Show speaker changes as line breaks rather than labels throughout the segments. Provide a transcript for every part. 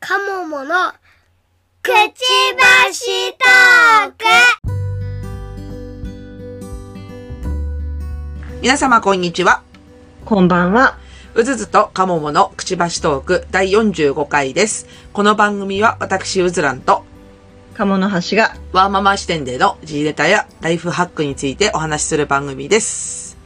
カモモのくちばしトーク
皆様こんにちは。
こんばんは。
うずずとかもものくちばしトーク第45回です。この番組は私うずらんと
鴨の橋が
ワーママ視点での G レタやライフハックについてお話しする番組です。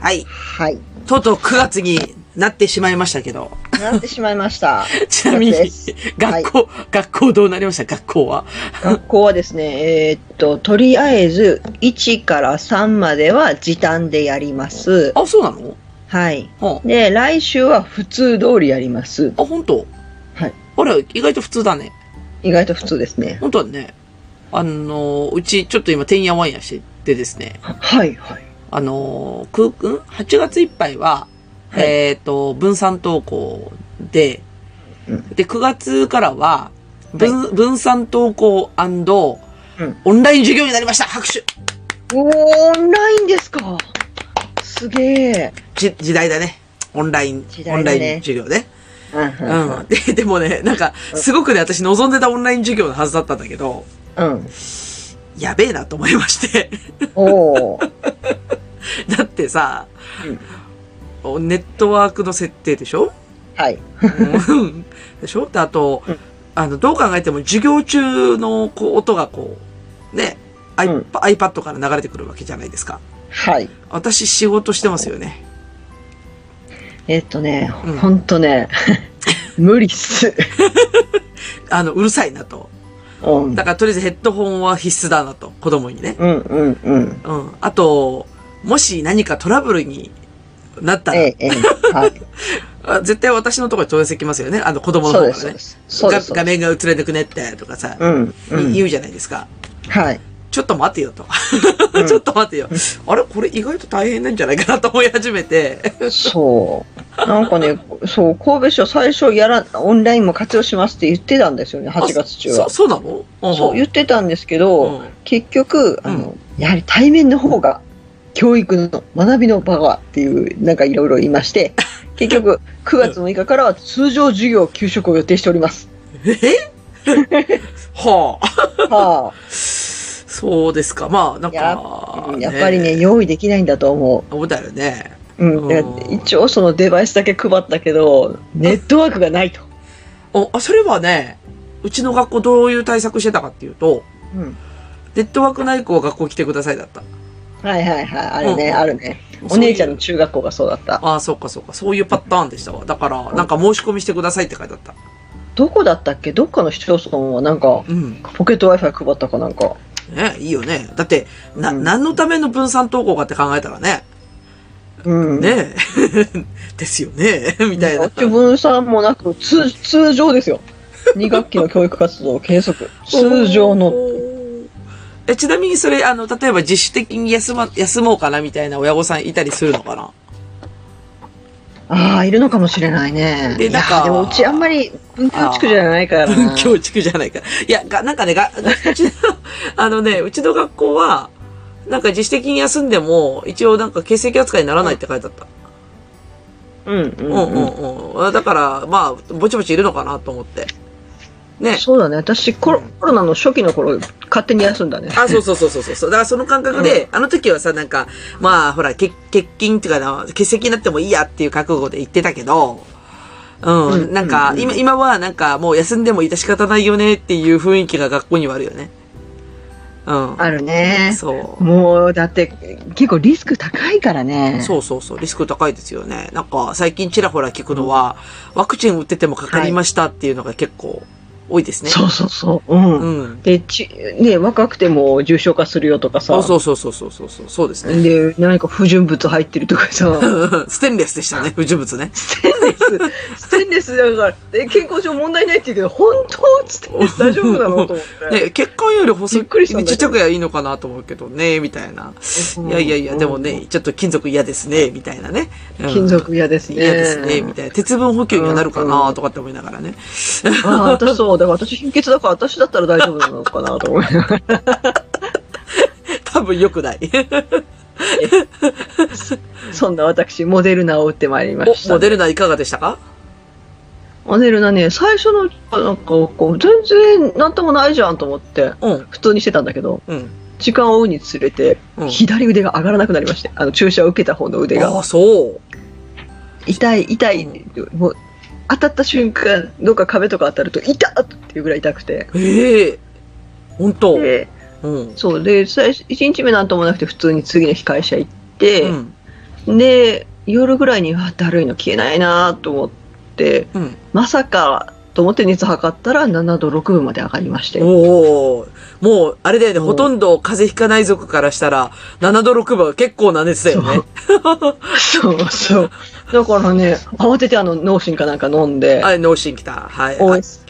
はい。
はい。
とうとう9月になってしまいましたけど。
なってしまいま した。
ちなみに
そうです、
学校、学校どうなりました学校は。
学校はですね、えーっと、とりあえず1から3までは時短でやります。
あ、そうなの
はい。
は
で、来週は普通通りやります。
あ、あ、本当
はい。
あれ、意外と普通だね。
意外と普通ですね。
本当だね。あの、うち、ちょっと今、てんやわんやしててですね。
はい、はい。
あの、く、ん ?8 月いっぱいは、
はい
えっ、と、分散登校で、
うん
で、9月からは、分、分散登校
うん
オンライン授業になりました拍手
おー、オンラインですか。すげえ。
じ時代だね。オンライン、
時
オン
代だ
ラ
ね
イン授業ね。
うんうん
うん。で、でもね、なんか、すごくね、私望んでたオンライン授業のはずだったんだけど、
うん。うん。
やべえなと思いまして。
おー。
だってさ、ネットワークの設定でしょ
はい。
うん でしょで、あと、
うん
あの、どう考えても授業中のこう音がこう、ね、アイ
うん
iPad から流れてくるわけじゃないですか。
はい。
私仕事してますよね。
えーっとね、
うん
ほんとね、 無理っす。
あの、うるさいなと。
うん。
だからとりあえずヘッドホンは必須だなと。子供にね。
うんうんうん。
うん。あと、もし何かトラブルになったら、
ええ、ええ、 はい。
あ絶対私のところに問い合わせきますよね。あの子供の
そう
方
で
か
す、
ら
そう
ね
で。す。そうです。
が画面が映れなくねってとかさ、
うん、うん。
言うじゃないですか。
はい。
ちょっと待てよと。
う ん
ちょっと待てよ。あれこれ意外と大変なんじゃないかなと思い始め て。
そう。なんかね、そう、神戸市は最初やら、オンラインも活用しますって言ってたんですよね、8月中
あ
は。
そそうなのうん
そう言ってたんですけど、
うん
結局、あの、やはり対面の方が、教育の学びの場がっていう、なんかいろいろ言いま して、結局、9月6日からは通常授業、給食を予定してお ります。
え はあ。
は
そうですか。まあ、なん
や
か
あ、うん、やっぱりね、。用意できないんだと思う。
そうだよね。
うん、だから一応そのデバイスだけ配ったけどネットワークがないと、
おあ、それはね、うちの学校どういう対策してたかっていうと、
うん、
ネットワークない子は学校来てくださいだった。
はいはいはいあれね、
うん
あるね
そう
お
いう
姉ちゃんの中学校がそうだった
ああ、そうかそうか。そういうパターンでしたわ。だから、なんか申し込みしてくださいって書いてあった。
どこだったっけどっかの市町村はなんか
うん。
ポケット w i f i 配ったかなんか
ねいいよね。だって、な、
うん
何のための分散投稿かって考えたらね。
うん
ね え。ですよね。 みたいな。
自分さんもなく通通常ですよ2学期の教育活動を継 続通常の
え、ちなみにそれ、あの、例えば自主的に休ま、休もうかなみたいな親御さんいたりするのかな
ああいるのかもしれないね
で
いや
なんか
でもうちあんまり文教地区じゃないからな
文 教地区じゃないか。いや、が、なんかね、が、が うちのあのね、うちの学校は、なんか自主的に休んでも、一応なんか欠席扱いにならないって書いてあった。
うん
うん
うん
う
うん
んうん。だから、まあ、ぼちぼちいるのかなと思って。ね。
そうだね。私コロ、コロナの初期の頃、勝手に休んだね。
あ、そうそうそうそうそうそう。だからその感覚で、あの時はさ、なんか、まあ、ほら、欠欠勤っていうかな、欠席になってもいいやっていう覚悟で言ってたけど、うん、
うん
なんか、
うん
今、今はなんか、もう休んでも致し方ないよねっていう雰囲気が学校にはあるよね。うん。
あるね。
そう。
もう、だって、結構リスク高いからね。う。
そうそうそう、リスク高いですよね。なんか、最近ちらほら聞くのは、ワクチン打っててもかかりましたっていうのが結構多いですね。
そうそうそう。うん。
うん。
で、ち、ね、若くても重症化するよとか
そ
さ。
うそうそうそうそうそうそう、そうですね。
で、何か不純物入ってるとかさ。
ステンレスでしたね、不純物ね。
ステンレス、ステンレスだから、で健康上問題ないって言うけど、本当ステンレス大丈夫なのと思って。
ね、血管より細
びっくりしたんだ
ちっ
けど
ちゃくやいいのかなと思うけどね、みたいな。
うん
いやいやいや、でもね、、ちょっと金属嫌ですね、みたいなね。うん
金属嫌ですね。
嫌ですね、みたいな。鉄分補給にはなるかな、とかって思いながらね。
ああ、私そう。だから私貧血だから私だったら大丈夫なのかなと 思って。
多分良くない。
そんな私、モデルナを打ってまいりまし
お、
た。
モデルナいかがでしたか
うアネルナね、最初のうちはなんかこう、全然なんともないじゃんと思って、
うん。
普通にしてたんだけど、
うん。
時間を追うにつれて、
うん。
左腕が上がらなくなりまして、あの、注射を受けた方の腕
あ
が。
あ、そう。
痛い、痛い、もう、当たった瞬間、どっか壁とか当たると、痛っっていうぐらい痛くて。
ええほんと。
で、
うん。
そう、で、最初、1日目なんともなくて、普通に次の日会社行っ
う
て、
ん。
で、夜ぐらいに、あ、だるいの消えないなと思って、
うん。
まさか、と思って熱測ったら、7度6分まで上がりまして。
おおもう、あれだよね、
うん
ほとんど風邪ひかない族からしたら、7度6分は結構な熱だよね。
そうそう。だからね、慌ててあの、脳神かなんか飲んで、
はい、脳神来た。はい。はい、
OS、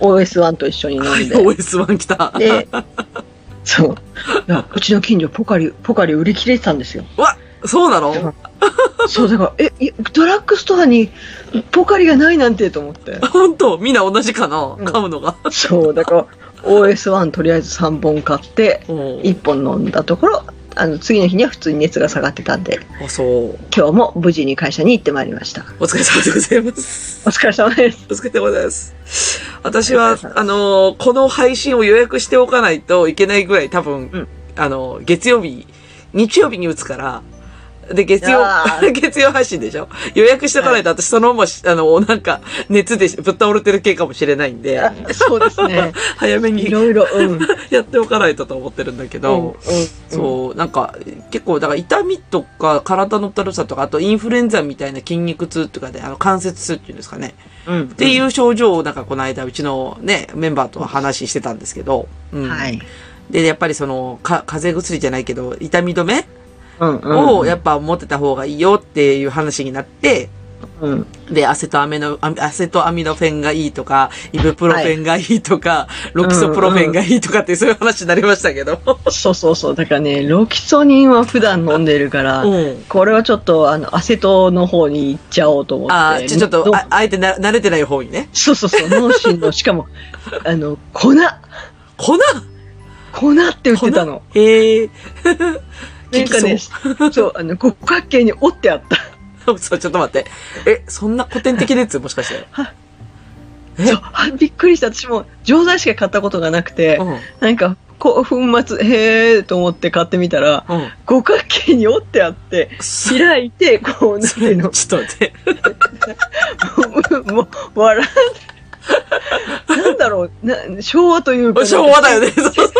OS1 と一緒に飲んで、
OS1 来た。
で、そう。いやうちの近所ポカリ、ポカリ売り切れてたんですよ。
そうなの
そう、だから、え、いやドラッグストアにポカリがないなんてと思って。
ほんと、みんな同じかな、
ん
噛むのが。
そう、だから、OS1 とりあえず3本買って、
おー
1本飲んだところ、あの、次の日には普通に熱が下がってたんで、
あ、そう。
今日も無事に会社に行ってまいりました。
お疲れ様でございます。
お疲れ様です。
お疲れ様です。私は
お疲れ様で、す
あのーこの配信を予約しておかないといけないぐらい多分、
うん
あのー月曜日、日曜日に打つから、で、月曜
あ、ー
月曜配信でしょ予約しておかないと、私そのままし、あの、なんか、熱でぶっ倒れてる系かもしれないんで、
あ そうですね。
早め
い
に
ろいろ、うん。
やっておかないとと思ってるんだけど、そう、なんか、結構、だから痛みとか、体のだるさとか、あとインフルエンザみたいな筋肉痛とかで、あの、関節痛っていうんですかね。
うん。うん。っ
っていう症状を、なんかこの間、うちのね、メンバーと話してたんですけど、うん。
はい。
で、やっぱりその、か、風邪薬じゃないけど、痛み止め
うんう
を、やっぱ持ってた方がいいよっていう話になって、
うん。
で、アセトアミノ、アセトアミノフェンがいいとか、イブプロフェンがいいとか、ロキソプロフェンがいいとかって、そういう話になりましたけど。
そうそうそう。だからね、ロキソニンは普段飲んでるから、
うん。
これはちょっと、あの、アセトの方に行っちゃおうと思って。
ああ、ちょ、ちょっと、
の
ああえてな慣れてない方にね。
そうそうそう、脳神の、しかも、あの、粉
粉
粉って売ってたの。
へえ。
なんかね、そう、あの、五角形に折ってあった。
そう、ちょっと待って。え、そんな古典的なやつもしかして。え
そうあびっくりした。私も、錠剤しか買ったことがなくて、
うん。うん。
なんか、こう、粉末、へえと思って買ってみたら、五角形に折ってあって、
そ
開いて、こう、なんて
そ
い
れ
う
の、
の、
ちょっと待って。
もう、 笑う。なんだろうな、昭和というか。
昭和だよね。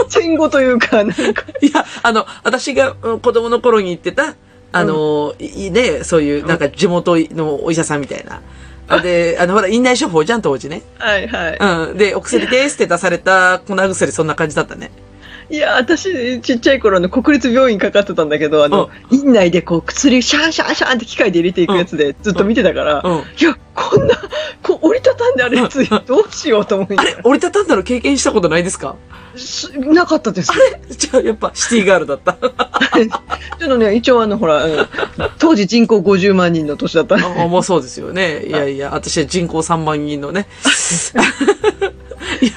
戦後というか、なんか。
いや、あの、私がうん子供の頃に行ってた、あの、いいね、そういう、なんか地元のお医者さんみたいな。あで、あの、ほら、院内処方じゃん、当時ね。
はいはい。
うん。で、お薬ですって出された粉薬、そんな感じだったね。
いや、私、ちっちゃい頃、あの、国立病院かかってたんだけど、あの、院内でこう、薬シャンシャンシャンって機械で入れていくやつで、ずっと見てたから、
うん。
いや、こんな、こう、折りたたんであるやつ、どうしようと思い
あ
なが
れ、折りたたんだの経験したことないですから
すなかったです。
じゃあ、やっぱ、シティガールだった。
ちょっとね、一応あの、ほら、あの当時人口50万人の年だった。
あもうそうですよね。いやいや、私は人口3万人のね。いや、
い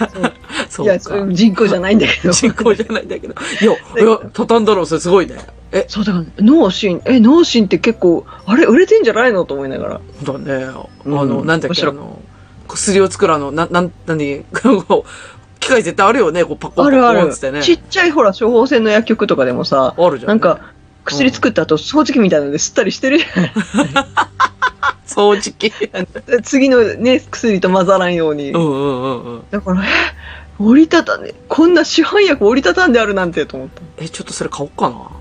そう
や、
か。
人口じゃないんだ けど。
人口じゃないんだけど。いや、いや、畳んだろう、それすごいね。え、
そうだから、脳神、え、脳神って結構、あれ、売れてんじゃないのと思いながら。
だね。あ
うん
の、なんだっ
む
け、
し
あ
ろ
の、薬を作るあの、な、 なん、なに、こう機械絶対あるよね、こう、パコ
あ
パ
るあ
コン
る
つってね。。
ちっちゃいほら、処方箋の薬局とかでもさ、
あるじゃん。
なん、か、薬作った後、掃除機みたいなので吸ったりしてるじ ゃん
掃除 機。
次のね、薬と混ざらんように
う。んうんうんうん。
だから、え、折りたたんで、こんな市販薬折りたたんであるなんてと思った。
え、ちょっとそれ買おうかな。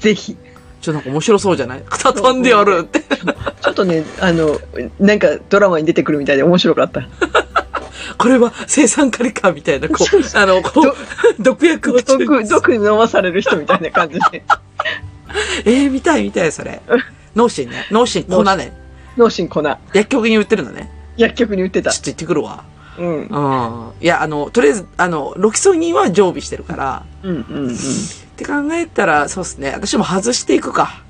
ぜひ。
ちょっとなんか面白そうじゃない 畳んであるって。
ちょっとね、あの、なんかドラマに出てくるみたいで面白かった。
これは生産カリかみたいな、こ
そう
う、あの、こう、毒薬を注
毒、
入
毒に飲まされる人みたいな感じ で。
えー、見たい見たい、そ れ。脳神ね。脳神、粉ね。
脳神粉。
薬局に売ってるのね。
薬局に売って
ちょ
た
っ。と行ってくるわ。
う
う
ん。
ん。いや、あの、とりあえず、あの、ロキソニンは常備してるから。
うんうんう
っ
ん。
て考えたら、そうっすね。私も外していくか。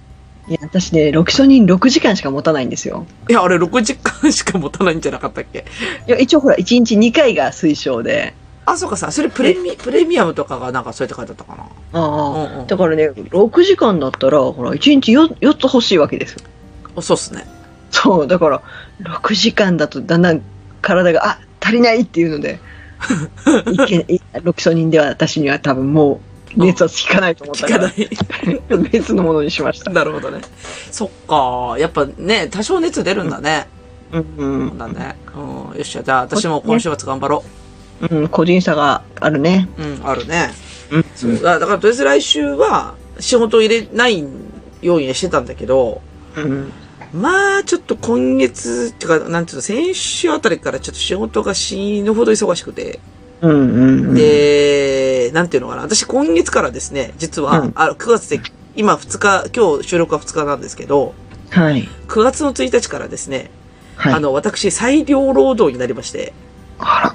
いや、私ね、ロキソニン6時間しか持たないんですよ。
いや、あれ6時間しか持たないんじゃなかったっけ
いや、一応ほら、1日2回が推奨で。
あ、そうかさ、それプレミ、プレミアムとかがなんかそうやって書いてあったかな。
ああ。
うんうん
だからね、6時間だったら、ほら、1日 4, 4つ欲しいわけですよ。
あ。そうっすね。
そう、だから、 6時間だとだんだん体が、あ、足りないっていうの で、いけい6ソニンでは私には多分もう熱は効かないと思っ
聞
たか
からな、い。
別のものにしました。
なるほどね。そっか。やっぱね、多少熱出るんだね。
うん、う
そうんだね。うん。よっしゃ、じゃあ私も今週末頑張ろ
うん、個人差があるね。
う。うん、あるね。
うん、
そう。だからだから、とりあえず来週は仕事入れないようにはしてたんだけど、
うん、
まあ、ちょっと今月、ってか、なんていうの、先週あたりからちょっと仕事が死ぬほど忙しくて、
うん、うん、うん。
で、なんていうのかな、私今月からですね、実は、
うん
あ9月で、今2日、今日収録は2日なんですけど、
はい。
9月の1日からですね、
はい。
あの、私、裁量労働になりまして、
あら、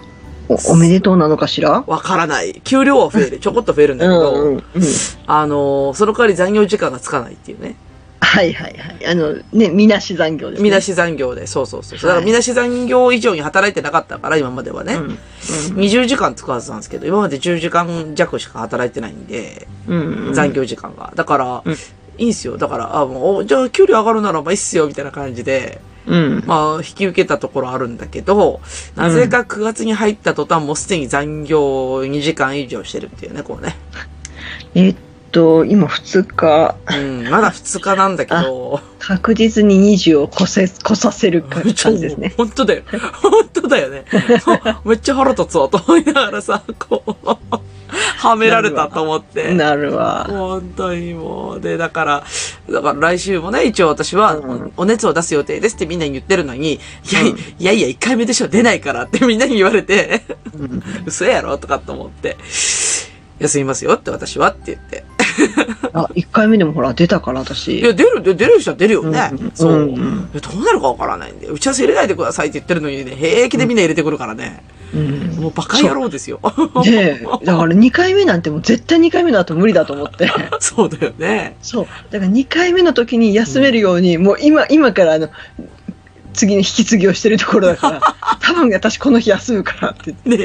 おおめでとうなのかしら
わからない。給料は増える。ちょこっと増えるん
う
だけど、
んうんうん。
あの、その代わり残業時間がつかないっていうね。
はいはいはい。あの、ね、みなし残業です、ね。
みなし残業で、そうそうそう。だから
はい
みなし残業以上に働いてなかったから、今まではね。
うん。
20時間つくはずなんですけど、今まで10時間弱しか働いてないんで、
うん。うん
残。業時間が。だから、
うん
いいんすよ。だから、あ、もう、おじゃあ給料上がるならばいいっすよ、みたいな感じで、
うん。
まあ、引き受けたところあるんだけど、なぜか9月に入った途端、もうすでに残業2時間以上してるっていうね、こうね。
えっと、今2日、
うん、まだ2日なんだけど、
確実に20を越せ、越させる 感じですね。
本当だよ。本当だよね。めっちゃ腹立つわ、と思いながらさ、こう、はめられたと思って。
なるわ。
本当にもう。で、だから、だから来週もね、一応私は、
うん
お熱を出す予定ですってみんなに言ってるのに、いや、
うん
いやいや、一回目でしょ、出ないからってみんなに言われて、
うん
嘘やろとかと思って、休みますよって私はって言って。
あ、1回目でもほら、出たから私。
いや、出る、出出る人は出るよね。
うん
そう。
うん
いやどうなるかわからないんで、打ち合わせ入れないでくださいって言ってるのにね、平気でみんな入れてくるからね、
うん。
もうバカ野郎ですよ。
で、だから2回目なんてもう絶対2回目の後無理だと思って。
そうだよね。
そう。だから2回目の時に休めるように、もう今、今からあの、次に引き継ぎをしてるところ だから、多分私この日休むからって言って。
ね、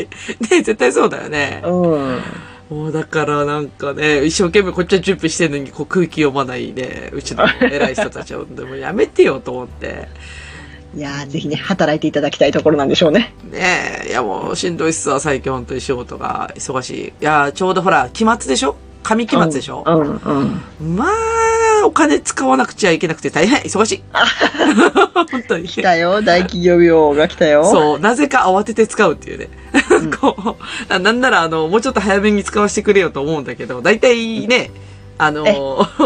ね、絶対そうだよね。
うん。
もうだからなんかね、一生懸命こっちは準備してるのにこう空気読まないね、うちの偉い人たちは、でもやめてよと思って。
いやー、ぜひね、働いていただきたいところなんでしょうね。
ねえ、いやもうしんどいっすわ、最近本当に仕事が忙しい。いや、ちょうどほら、期末でしょ上期末でしょ
うん、うん。
まあ、お金使わなくちゃいけなくて大変、忙しい。 本当に。
来たよ、大企業病が来たよ。う。
そう、なぜか慌てて使うっていうね。
ん
こうあなんなら、あの、もうちょっと早めに使わせてくれよと思うんだけど、大体ね、あの、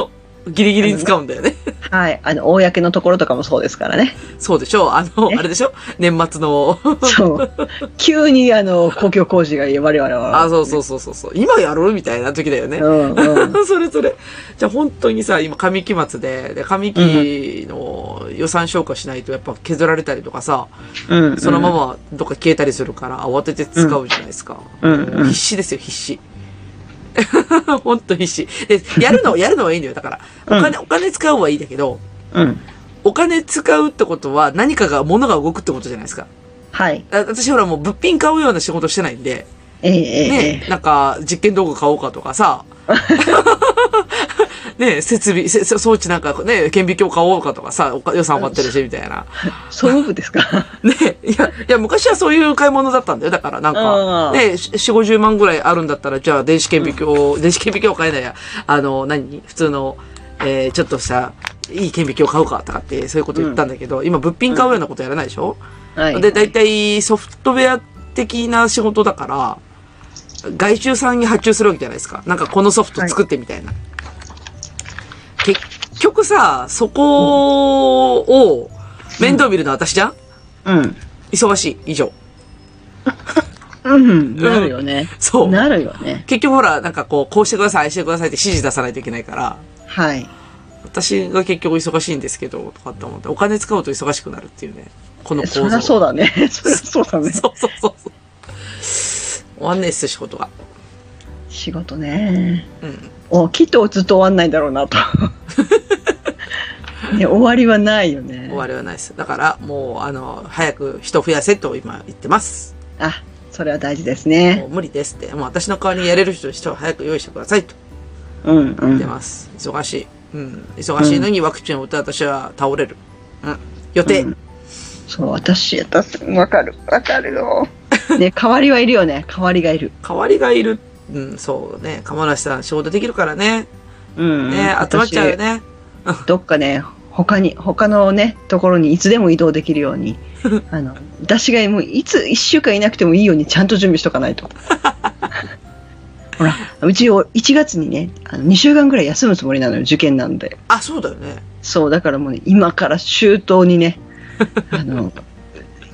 ギリギリに使うんだよね。
はい。あの、公のところとかもそうですからね。
そうでしょあの、
え
あれでしょ年末の。
そう。急にあの、公共工事が我々は。
あ、そうそうそうそうそう。今やろうみたいな時だよね
う。ん、う ん。
それそれ。じゃあ本当にさ、今上期末で、で上期の予算消化しないとやっぱ削られたりとかさ、
うん。
そのま。まどっか消えたりするから慌てて使うじゃないですか。
うんうん
必死ですよ、必死。 本当必死。で、や るの、やるのはいいんだよ。だから、お金、お金使うはいいんだけど、
うん。
お金使うってことは何かが、物が動くってことじゃないですか。
はい。
あ私ほらもう物品買うような仕事してないんで、
えええええ
ね、なんか実験道具買おうかとか さ、ね、設備、せせ装置なんかね、顕微鏡買おうかとかさ、おか予算余ってるし、みたいな。
え総務部で すか
ね、いや、いや、昔はそういう買い物だったんだよ。だから、なんか、
あー
ね、四五十万ぐらいあるんだったら、じゃあ、電子顕微鏡、電子顕微鏡買えないや、あの、何普通の、えー、ちょっとした、いい顕微鏡買うかとかって、そういうこと言ったんだけど、今、物品買うようなことやらないでしょ、
はい。
で、大体ソフトウェア的な仕事だから、外注さんに発注するわけじゃないですか。なんかこのソフト作ってみたいな。結局さ、そこを面倒見るのは私じゃん
うん。
忙しい、以上。
うん、なるよね。
そう。
なるよね。
結局ほら、なんかこう、こうしてください、ああしてくださいって指示出さないといけないから、
はい。
私が結局忙しいんですけど、とかって思って、お金使うと忙しくなるっていうね。この構
そ
造。
りゃそうだね。そりゃそうだね。
そうそうそうそう。終わんねえっす、仕事が。
仕事ね。
うん。
お、きっとずっと終わんないんだろう なと。ね、終わりはないよね
終。わりはないです。だから、もう、あの、早く人増やせと今言ってます。
あ、それは大事です
も
ね。
う無理ですって。もう私の代わりにやれる人、人を早く用意してくださいと
うんう
言って
ん。
ます。忙しい。うん。忙しいのにワクチンを打って私は倒れる。うん。予定。
うんそう、私やったらすぐわかる。わかるよ。ね、代わりはいるよね。代わりがいる。
代わりがいる。うん、そうね。釜梨さん、仕事できるからね。
うん。
ね、集まっちゃうよね。
私。どっかね、他に、他のね、ところにいつでも移動できるように。あの、私がもういつ、一週間いなくてもいいようにちゃんと準備しとかないと。ほら、うちを1月にね、あの2週間ぐらい休むつもりなのよ、受験なんで。
あ、そうだよね。
そう、だからもう、ね、今から周到にね、あの、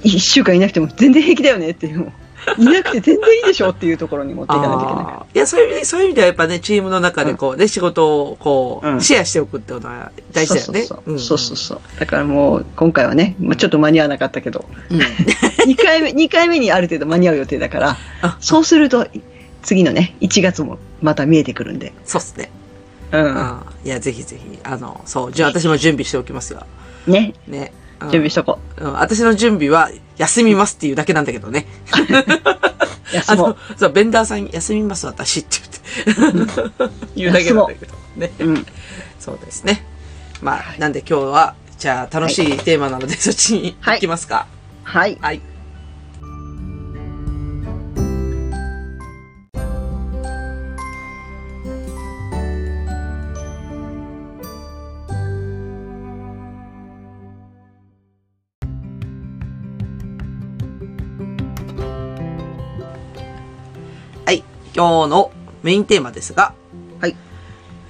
一週間いなくても全然平気だよねっていう、もういなくて全然いいでしょっていうところに持っていかないといけないから。
あーいや、そういう意味で、そういう意味ではやっぱね、チームの中でこうね、仕事をこう、
うん
シェアしておくってことは大事だよね。
そうそうそう,、
ん
そうそうそうだからもう、今回はね、まあ、ちょっと間に合わなかったけど、
うん。
2回目、 二回目にある程度間に合う予定だから
あ、
そうすると、次のね、1月もまた見えてくるんで。
そうっすね。
うん。
あーいや、ぜひぜひ。あの、そう。じゃあ私も準備しておきますよ。
ね、
ね。うん
準備しとこ
うん、私の準備は、休みますっていうだけなんだけどね。
う。
あ
休も
の
う。、
そう、ベンダーさんに休みます私って言って。言うだけなんだけど。ね。
うん。
そうですね。まあ、なんで今日は、じゃあ楽しいテーマなので、そっちに行きますか。
はい。
はい。はい。今日のメインテーマですが、
はい。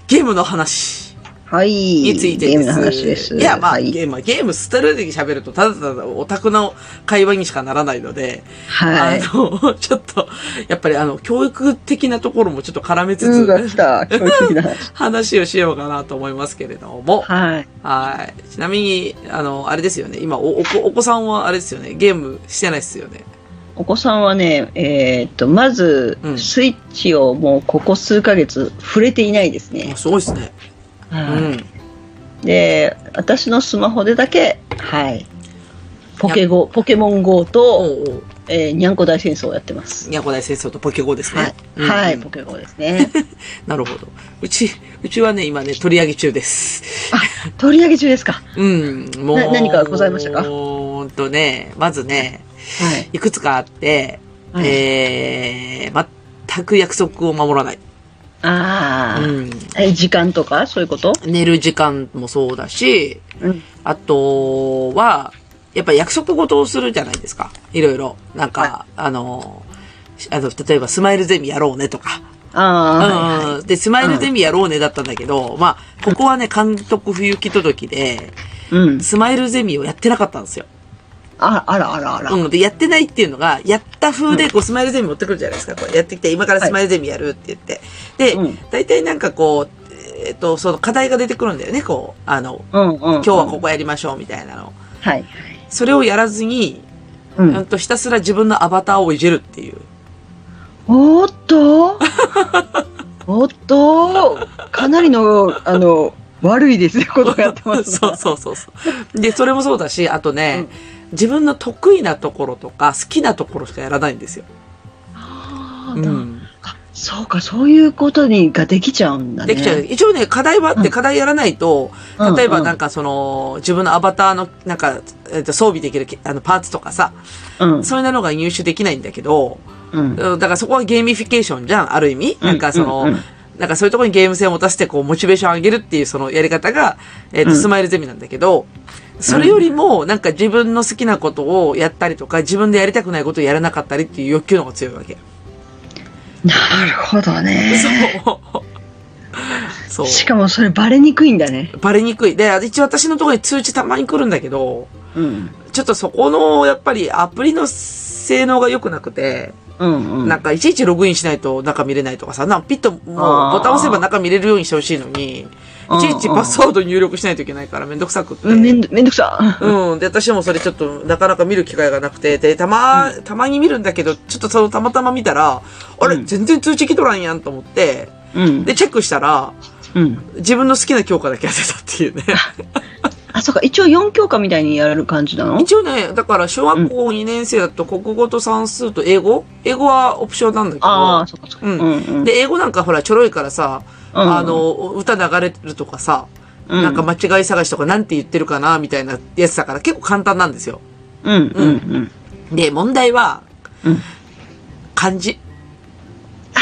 ゲームの話。
はい。
についてです。
ゲームの話です。
いや、まあ、
はい。
ゲームは、ゲームストレージ喋ると、ただただオタクの会話にしかならないので、
はい
あ。の、 ちょっと、やっぱりあの、教育的なところもちょっと絡めつ
うーが
つ、
来た。 教育的な話。
話をしようかなと思いますけれども、
はい。
はい。ちなみに、あの、あれですよね、今お、お子、お子さんはあれですよね、ゲームしてないですよね。
お子さんはね、えーっと、まず
う、ん
スイッチをもうここ数ヶ月触れていないですね
あ。すごいですね。う
は
ん。
い。で、私のスマホでだけ、はい。ポケゴ、ポケモン GO と、
おうおう、
えー、にゃんこ大戦争をやってます。
にゃこ大先生とポケゴーですね。
はい。
うん
はい、
うん
ポケゴですね。
なるほど。うち、うちはね、今ね、取り上げ中です。
取り上げ中ですか。は
うん、もう。
な何かございましたか
うーんとね、まずね、い
い。
くつかあって、
はい
えー、全く約束を守らない。
ああ、
うん。
え、時間とか、そういうこと
寝る時間もそうだし、
うん。
あとは、やっぱ約束事をするじゃないですか。いろいろ。なんか、
は
あの、しあの、例えば、スマイルゼミやろうねとか。
ああ、はい、はい。
うん。で、スマイルゼミやろうねだったんだけど、まあ、ここはね、監督不行き届きで、
うん。
スマイルゼミをやってなかったんですよ。
ああらあらあら。
うん。で、やってないっていうのが、やった風で、こう、スマイルゼミ持ってくるじゃないですか。こうやってきて、今からスマイルゼミやるって言って。で、
うん
大体なんかこう、えっと、その課題が出てくるんだよね、こう。あの、
うん、うん。今
今日はここやりましょうみたいなの。
はい。
それをやらずに、
う
うん
ん。
とひたすら自分のアバターをいじるっていう。
おーっとおーっとかなりの、あの、悪いですね、ことをやってます、ね。
そうそうそうそう。で、それもそうだし、あとね、自分の得意なところとか、好きなところしかやらないんですよ。
あ
う
ー
ん。
あそうか、そういうことにができちゃうんだね。
できちゃう。一応ね、課題はあっ
う
て、
ん
課題やらないと、
うん
例えば
うん
なんかその、自分のアバターの、なんか、えっと装備できるけあのパーツとかさ、
うん。
そういうのが入手できないんだけど、
うん。
うんだからそこはゲーミフィケーションじゃん、ある意味。なんかその、
うんうん
なんかそういうところにゲーム性を持たせて、こう、モチベーション上げるっていうそのやり方が、えっ、と、
うん
スマイルゼミなんだけど、それよりも、なんか自分の好きなことをやったりとか、自分でやりたくないことをやらなかったりっていう欲求の方が強いわ け。
なるほどね。
そう。そう。
しかもそれバレにくいんだね。
バレにくい。で、一応私のところに通知たまに来るんだけど、
うん。
ちょっとそこの、やっぱりアプリの性能が良くなくて、
うんうん。
なんかいちいちログインしないと中見れないとかさ、なんかピッともうボ
あー
タン押せば中見れるようにしてほしいのに、い
うん
ちいちパスワード入力しないといけないからめんどくさくって。
うんめんどめんどくさ。
うん。で、私もそれちょっとなかなか見る機会がなくて、で、たま、たまに見るんだけど、ちょっとそのたまたま見たら、あれ、
うん
全然通知来とらんやんと思って、
うん。
で、チェックしたら、
うん。
自分の好きな教科だけやってたっていうね。
あ、そうか。一応4教科みたいにやる感じなの
一応ね、だから小学校2年生だと国語と算数と英語英語はオプションなんだけど、
ああ、そうかそうか。
うん
うん。
で、英語なんかほら、ちょろいからさ、
うん
あの、歌流れるとかさ、
うん
なんか間違い探しとかなんて言ってるかな、みたいなやつだから結構簡単なんですよ。
うんうんうん。
で、問題は、
うん
漢字。
ああ、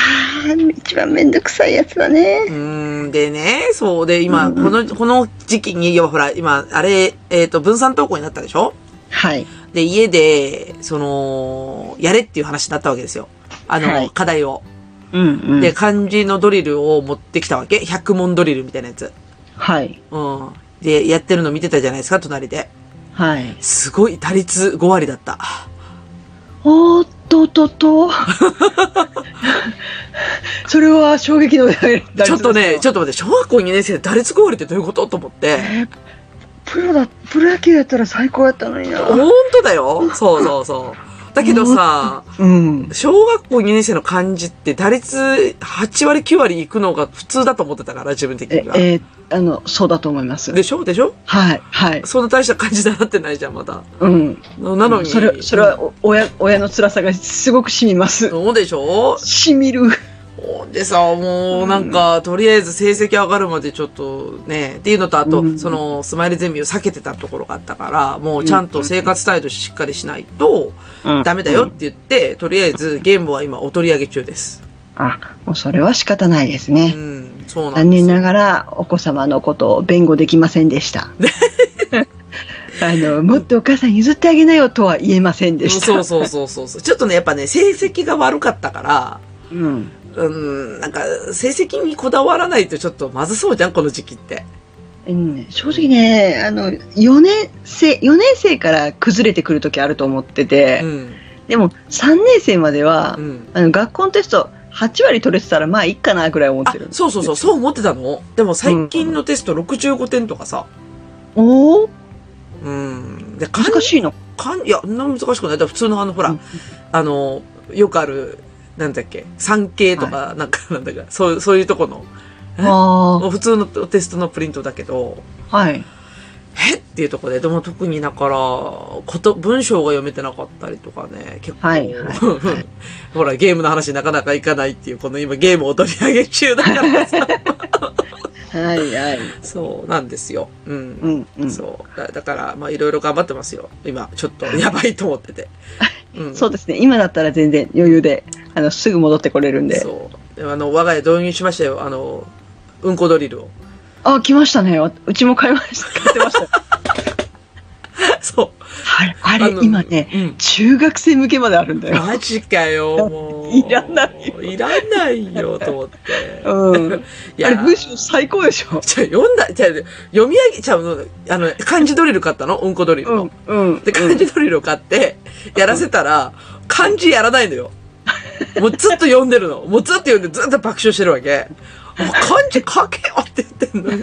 一番めんどくさいやつだね
う。ーん、でね、そうで、今、
うん
この、この時期に、要はほら、今、あれ、えっ、と、分散登校になったでしょ
はい。
で、家で、その、やれっていう話になったわけですよ。あの、
はい
課題を。
うんうん。
で、漢字のドリルを持ってきたわけ。100問ドリルみたいなやつ。
はい。
うん。で、やってるの見てたじゃないですか、隣で。
はい。
すごい、打率5割だった。
おーっとっとっ と。 それは衝撃の打率です
ちょっとね、ち
ょっ
ょっと待って、小学校2年生で打率5割ってどういうことと思って。
プロだ、プロ野球やったら最高やったのにな。
本当だ よ。そうそうそう。だけどさ、
うん。
小学校2年生の漢字って打率8割9割いくのが普通だと思ってたから、自分的
え
に、は。
えーあの、そうだと思います。
でしょでしょ
はい、はい。
そんな大した漢字だなってないじゃん、また。
うん。
なのに。
それ、それは、お親、親の辛さがすごく染みます。
そうでしょ
染みる。
ほんでさ、もうなんか、とりあえず成績上がるまでちょっとね、っていうのと、あと、
うん
その、スマイルゼミを避けてたところがあったから、もうちゃんと生活態度しっかりしないと、ダメだよっ。て言って、とりあえずゲームは今お取り上げ中です。
あ、もうそれは仕方ないです
う
ね。
ん、そうなんで
残
すよ。
念ながら、お子様のことを弁護できませんでした。 あの、もっとお母さん譲ってあげなよとは言えませんでした。
そうそうそうそうそう。ちょっとね、やっぱね、成績が悪かったから、
うん。
うん、なんか、成績にこだわらないとちょっとまずそうじゃん、この時期って。
うん、正直ね、あの、4年生、四年生から崩れてくる時あると思ってて、
うん、
でも3年生までは、
うん。
あの学校のテスト8割取れてたらまあいいかなぐらい思っ
あ
てるん、です
そうそうそう、そう思ってたのでも最近のテスト65点とかさ、
おお
うん。で、漢
難しいの
漢いや、そんな難しくない。だから普通のあの、ほら、
うん
あの、よくある、なんだっけ、産経とか、なんか、なんだか、そう、そういうとこの、
あ
普通のテストのプリントだけど、
あはい
えっていうところで、でも特にだから、こと、文章が読めてなかったりとかね、結構。
はいはい
ほら、ゲームの話なかなかいかないっていう、この今ゲームを取り上げ中だから さ。
はいはい
そうなんですよ。うん。
うんうんそ
そうだ。だから、まあいろいろ頑張ってますよ。今、ちょっとやばいと思って て。うん
うですね今だったら全然余裕であのすぐ戻ってこれるんで
そう。であの、我が家導入しましたよ。あの、うんこドリル を。
あ来ましたねわうちも買いました買ってました
そう。
あれあれ
の
今ね
うん。
中学生向けまであるんだよ
マジか よ、もう。
いらないよ
いらないよ、と思って。
うんあ
いや
れ文章最高でしょ
じゃあ読んだ、じゃあ読み上げ、ちゃうの、あの、漢字ドリル買ったのうんこドリル
う
の。
んうん
で、漢字ドリルを買って、やらせたら、漢字やらないのよ。もうずっと読んでるの。もうずっと読んで、ずっと爆笑してるわけ。もう漢字書けよって言ってんの に。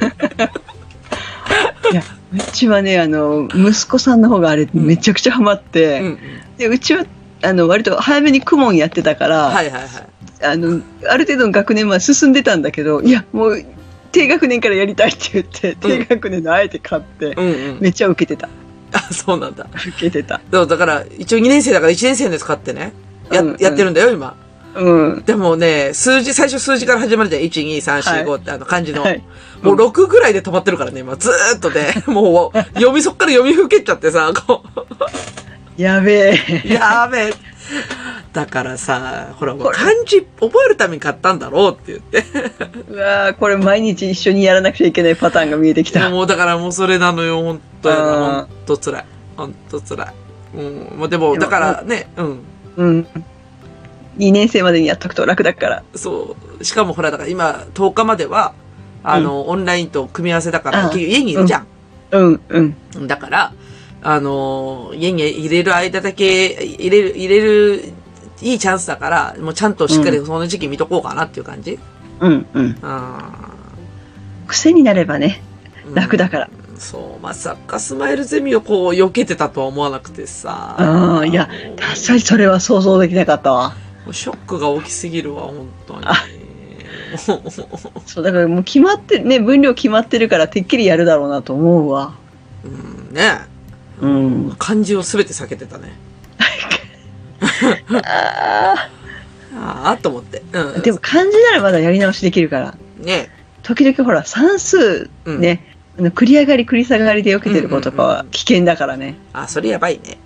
いやうちはねあの息子さんの方があれめちゃくちゃハマって、
うん。
でうちはあの割と早めに公文やってたから、
はいはいはい。
あのある程度の学年まで進んでたんだけどいやもう低学年からやりたいって言って低学年のあえて買って、
うんうん。
めっちゃ受けてた
あ、そうなんだ。
受けてた
そう、だから、一応2年生だから1年生のやつ買ってね。や、
うんうん
やってるんだよ、今。
うん
でもね、数字、最初数字から始まるじゃん。1、2、3、4、5って、あの、漢字の。
はい
もう6ぐらいで止まってるからね、今、ずーっとね、 もう、読み、そっから読みふけっちゃってさ、こ
やべ
う、
え
やーべえ。だからさ、ほら、もう漢字覚えるために買ったんだろうって言って。
うわーこれ毎日一緒にやらなくちゃいけないパターンが見えてきた
もうだからもうそれなのよ、ほんとや
あ
な
ー。
ほんと辛い。ほんと辛い。うん、まあでも、だからね、うん。
うん2年生までにやっとくと楽だから
そう。しかもほら、だから今、10日までは、あの、オンラインと組み合わせだから、
あー
結局家にいるじゃん。
うんうん
だから、あのー家に入れる間だけ、入れる、入れる、いいチャンスだから、もうちゃんとしっかりその時期見とこうかなっていう感じ。
うんうん
あ
癖になればね
ーうん
楽だから、
そう、まさかスマイルゼミをこう、避けてたとは思わなくてさ。
ああいや確かにそれは想像できなかったわ
もうショックが大きすぎるわ、本当に
あ。そうだからもう決まってね分量決まってるからてっきりやるだろうなと思うわ
うん、ね
うん
漢字をすべて避けてた ね。
あ
ああ、と思って。う
ー
ん。
でも漢字ならまだやり直しできるから
ね
時々ほら算数
うん
ね、あの繰り上がり繰り下がりで避けてる子とかは危険だからね、
あ、それやばいね。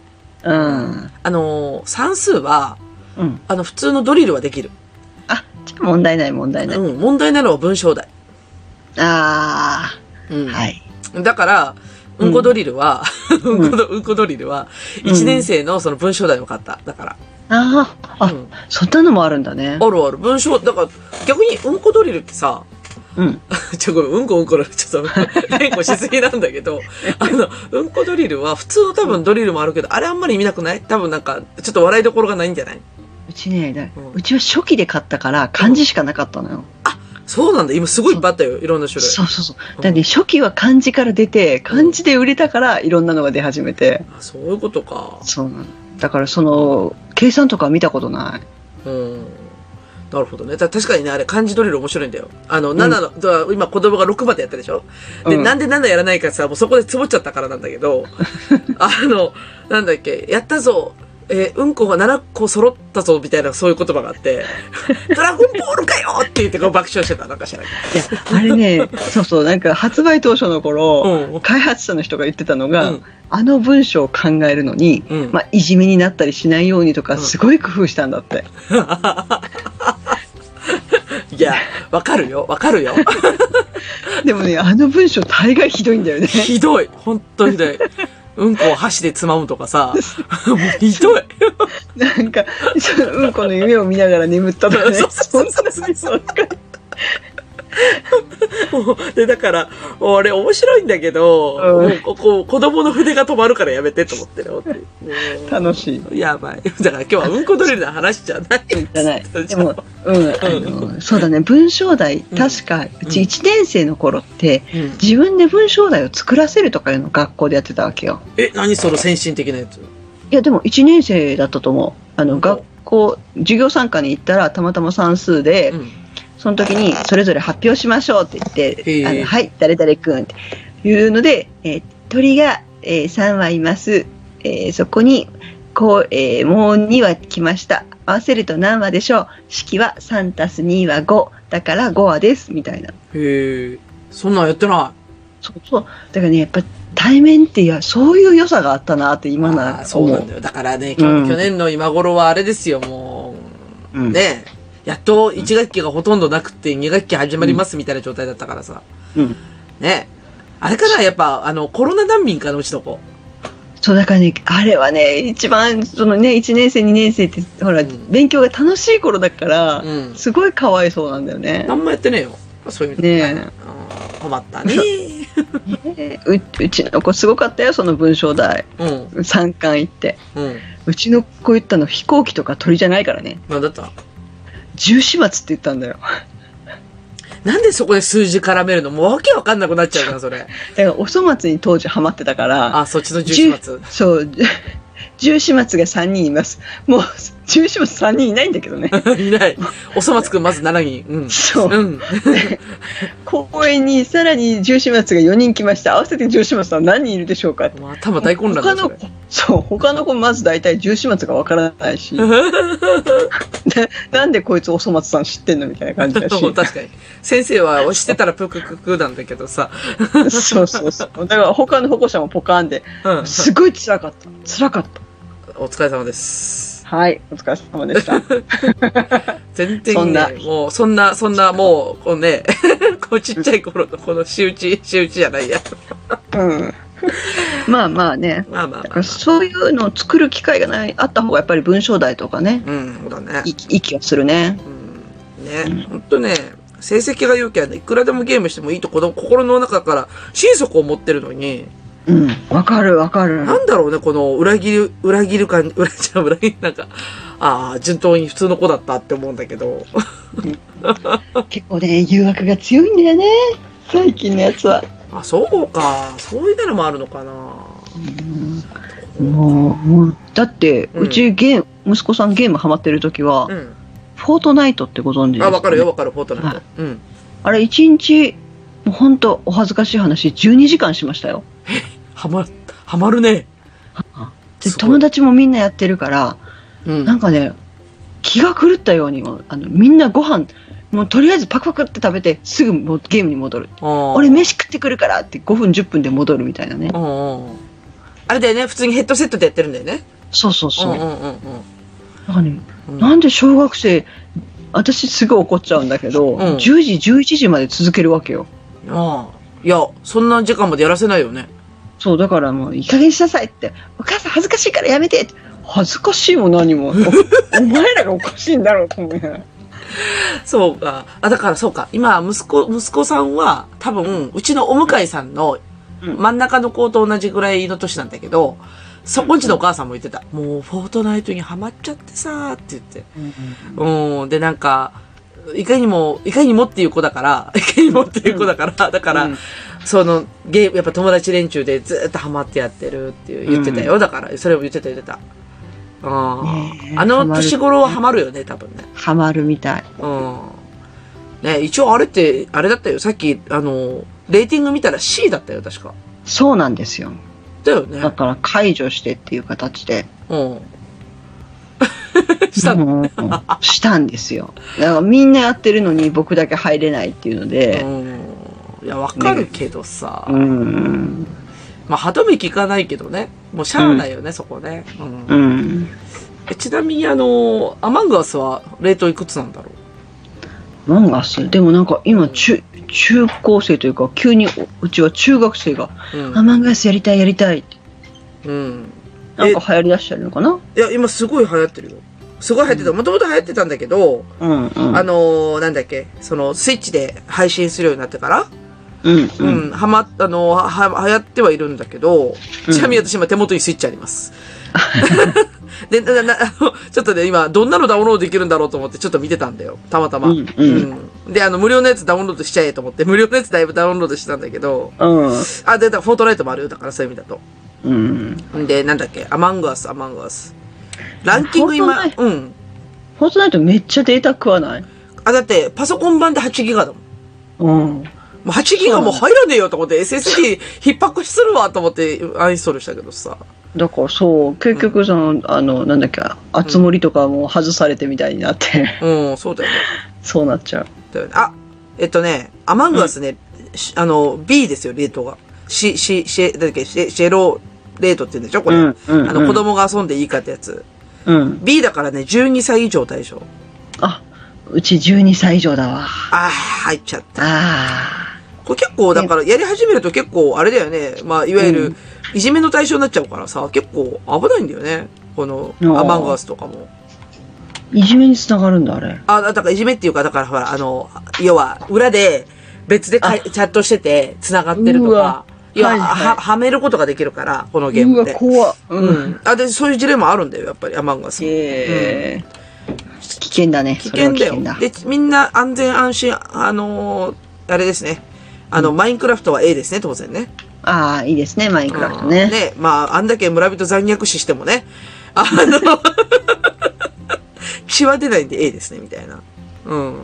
うん。
あのー算数は、
うん。
あの、普通のドリルはできる。
あ、じゃあ問題ない問題ない。
うん、問題なのは文章題。
あ
うん。
あ、はい。
だから、うんこドリルは、う
うん
んこド、うんこドリルは、
うん
1年生のその文章題を買った。だから。
ああ、あ、
うん
そんなのもあるんだね。
あるある。文章、だから、逆にうんこドリルってさ、
うん。
ちょ、ごめん、うんこうんこの、ちょっ と、連呼しすぎなんだけど、あの、うんこドリルは、普通の多分ドリルもあるけど、あれあんまり見なくない多分なんか、ちょっと笑いどころがないんじゃないう
ちね、だ
うん
うちは初期で買ったから漢字しかなかったのよ。
そうなんだ。今すごいいっぱいあったよ。いろんな種類。
そうそうそう。だって初期は漢字から出て、漢字で売れたからいろんなのが出始めて。
あそういうことか。
そうなの。だからその、計算とか見たことない。
うん。なるほどね。た確かにね、あれ、漢字ドリル面白いんだよ。あの、7の、だから今子供が6までやったでしょで、
うん
なんで7やらないかさ、もうそこでつぼっちゃったからなんだけ ど、あの、なんだっけ、やったぞ、えーうんこが7個揃ったぞ、みたいなそういう言葉があって、 ドラゴンボールかよって言ってこう爆笑してた、なんか知らない。
いや、あ れね、そうそう、なんか発売当初の頃、
うん
開発者の人が言ってたのが、
うん
あの文章を考えるのに、
うん
まあ、いじめになったりしないようにと
う
か、
ん
すごい工夫したんだって。
いや、わかるよ、わかる よ。
でも ね、あの文章大概ひどいんだよね。
ひどい。本当ひどい。うんこを箸でつまむとかさ、もうひどい。
なんか、そううんこの夢を見ながら眠ったとか ね。
そう
そ
そ
ん
うそうそう
なにばっかり
もうで、だから、俺面白いんだけど、
うん
もうここ子供の筆が止まるからやめてと思ってる、本当に
楽しい。
うんやばい。だから今日はうんこドリルの話じゃない。
じゃない。でも、うん、あ
う
の、そうだね、文章題、確か、うち1年生の頃って、
うん
自分で文章題を作らせるとかいうのを学校でやってたわけよ。
え、何その先進的なやつ
いや、でも1年生だったと思う。あ
うん
の、学校、授業参加に行ったら、たまたま算数で、
うん。
その時に、それぞれ発表しましょうって言っ
へえ
て、あのはい、誰々くんっていうので、えー鳥が、えー3羽います。えーそこに、こう、えーもう2羽来ました。合わせると何羽でしょう式は3たす2は5。だから5羽です。みたいな。
へえ、そんなんやってな
そうそう。だからね、やっぱ対面って、いや、そういう良さがあったなって
い。
今な
あー
ら
そう
思
なん
う
だ。よ。だからね、
うん
去年の今頃はあれですよ、も
う
う。
ん
ねやっと1学期がほとんどなくて2学期始まりますみたいな状態だったからさ。
うん
ねあれからやっぱ、あの、コロナ難民かのうちの子。
そうだからねあれはね一番そのね1年生2年生ってほら、
うん
勉強が楽しい頃だから、
うん
すごいかわいそうなんだよね。
何もやってねえよ。そういう意味で。
ね
うん困ったね。
えううちの子すごかったよその文章題
うん。
三冠行って
うん。
うちの子言ったの飛行機とか鳥じゃないからね
なんだった
十四末って言ったんだよ
なんでそこで数字絡めるのもうわけわかんなくなっちゃうな、そ れ。
だからお粗末に当時ハマってたから
あ、そっちの11末。
十そう じゅ十四末が三人いますもう十四末三人いないんだけど ね
いない。おそ松くん、まず7人。うん。
そう
うん。
公園にさらに重始末が4人来ました合わせて重始末は何人いるでしょうかって
もう頭大混乱だよ
他
そ
の
れ。
子そう他の子まず大体重始末がわからない しななんでこいつおそ松さん知ってんのみたいな感じだし
そう確かに。先生は押してたらプクプクなんだけどさ。
そうそうそうだから他の保護者もポカーンで
うん。
すごい辛かった辛かった
お疲れ様です。
はいお疲れ様でした
全然、ね、
そんな
もう、そんな、そんな、もう、こうね、 こうちっちゃい頃のこの仕打ち、仕打ちじゃないや。
うんまあまあね
まあまあ
だか
まあ
ら。そういうのを作る機会がないあった方がやっぱり文章題とかね
うん、そうだね。
いいい気がするね
うんね、ほんとね、成績が良きゃね、いくらでもゲームしてもいいと子供、心の中から心底思ってるのに、
うんわかるわかる
なんだろうね、この裏切る、裏切る感じ、 裏じゃ裏切る、なんか、ああ、順当に普通の子だったって思うんだけど、
結構ね誘惑が強いんだよね最近のやつは、
あ、そうか、そういうのもあるのかな。
もうもうだって
うん
うちゲーム息子さんゲームハマってる時は、
うん。
フォートナイトってご存知ですか、
あ、わかるよ、わかる、フォートナイト
は。
うん。
あれ一日もうほんとお恥ずかしい話12時間しましたよ
はま、はまるね。
です
ごい
友達もみんなやってるから
うん。
なんかね気が狂ったようにもうあのみんなご飯もうとりあえずパクパクって食べてすぐもうゲームに戻る
俺
俺飯食ってくるからって5分10分で戻るみたいなね
うんうん。あれだよね、普通にヘッドセットでやってるんだよね。
そうそうそう。
うんうんうん
なんかね
うん。
なんで小学生、私すぐ怒っちゃうんだけど、
ん
10時、11時まで続けるわけよ。
ああ。いや、そんな時間までやらせないよね。
そう、だからもう、いい加減にしなさいって、お母さん恥ずかしいからやめてって恥ずかしいも何も。お お前らがおかしいんだろうと思いながら。
そうか。あ、だからそうか。今、息子、息子さんは、多分、うちのお向かいさんの
うん
真ん中の子と同じぐらいの年なんだけど、そこんちのお母さんも言ってた。もう、フォートナイトにハマっちゃってさーって言って。うん。で、なんか、いかにも、いかにもっていう子だから、 いかにもっていう子だから、だから、
うん
その、ゲーム、やっぱ友達連中でずーっとハマってやってるっていう言ってたよ。だから、それも言ってた言ってた。あ
ねえ
あの
ハマる
年頃はハマるよね、多分ね。
ハマるみたい。
うん。ね、一応あれって、あれだったよ。さっき、あの、レーティング見たら C だったよ、確か。
そうなんですよ。
だよ
だ
ね。
から解除してっていう形で。
うん。したの。
うんしたんですよ。だからみんなやってるのに僕だけ入れないっていうの
う
で、
ん。いや、わかるけどさ。
うん、
まあ、歯止め効かないけどね。もうしゃあないよね、そこね。うん
うん。
えちなみに、あの、アマングアスは、冷凍いくつなんだろう
マンガスでもなんか今中、中高生というか、急にうちは中学生が、
う
あ、
ん。
マンガスやりたいやりたいって、
うん。
なんか流行り出してるのかない
や、今すごい流行ってるよ。すごい流行ってた。もともと流行ってたんだけど、
うんうん。
あのーなんだっけ、その、スイッチで配信するようになってから、
うんう。
うんん、はま、あの、は、は流行ってはいるんだけど、
うん
ちなみに私今手元にスイッチあります。 で、な、な、あのちょっとね、今、どんなのダウンロードできるんだろうと思ってちょっと見てたんだよ。たまたま。
うんうん
うんで、あの、無料のやつダウンロードしちゃえと思って、無料のやつだいぶダウンロードしてたんだけど、
うん。
あ、で、だからフォートナイトもあるよ。だからそういう意味だと。
うん。
んで、なんだっけ、アマングアス、アマングアス。ランキング
フォ
今
ー、ト
うん。
フォートナイトめっちゃデータ食わない
あ、だって、パソコン版で8ギガだもん。
うん。
もう8ギガも入らねえよと思って SSD 逼迫するわと思ってアンインストールしたけどさ。
だからそう、結局その、あの、なんだっけ、あつ森とかも外されてみたいになって、
うん、そうだよね。
そうなっちゃう。
だよね。あ、えっとね、アマングアスね、しあの、B ですよ、レートが。シ、シ、シェ、なんだっけ、シェ、シェロレートって言うんでしょこれ。
うんうんうん
あの、子供が遊んでいいかってやつ。
うん。
B だからね、12歳以上対象。
あ、うち12歳以上だわ。
あー、入っちゃった。
あ
これ結構、だから、やり始めると結構、あれだよね。まあ、いわゆ
う
る、いじめの対象になっちゃうからさ、結構危ないんだよね。この、
あー
アマングアスとかも。
ーいじめにつながるんだ、あれ。
あ、だからいじめっていうか、だからほら、あの、要は、裏で、別でかいチャットしてて、繋がってると
う
か
わ、
要は、
はいはい
は、はめることができるから、このゲーム
う
で。
わ、怖っ。
う
うん。
ん。あ、で、そういう事例もあるんだよ、やっぱり、アマンガス。
えー危険だね。
危険だよ
それは。危険
で、みんな安全安心、あのーあれですね。あの、マインクラフトは A ですね、当然ね。
ああ、いいですね、マインクラフトね。
ね、まあ、あんだけ村人残虐視してもね、あの、 血は出ないんで A ですね、みたいな。うん。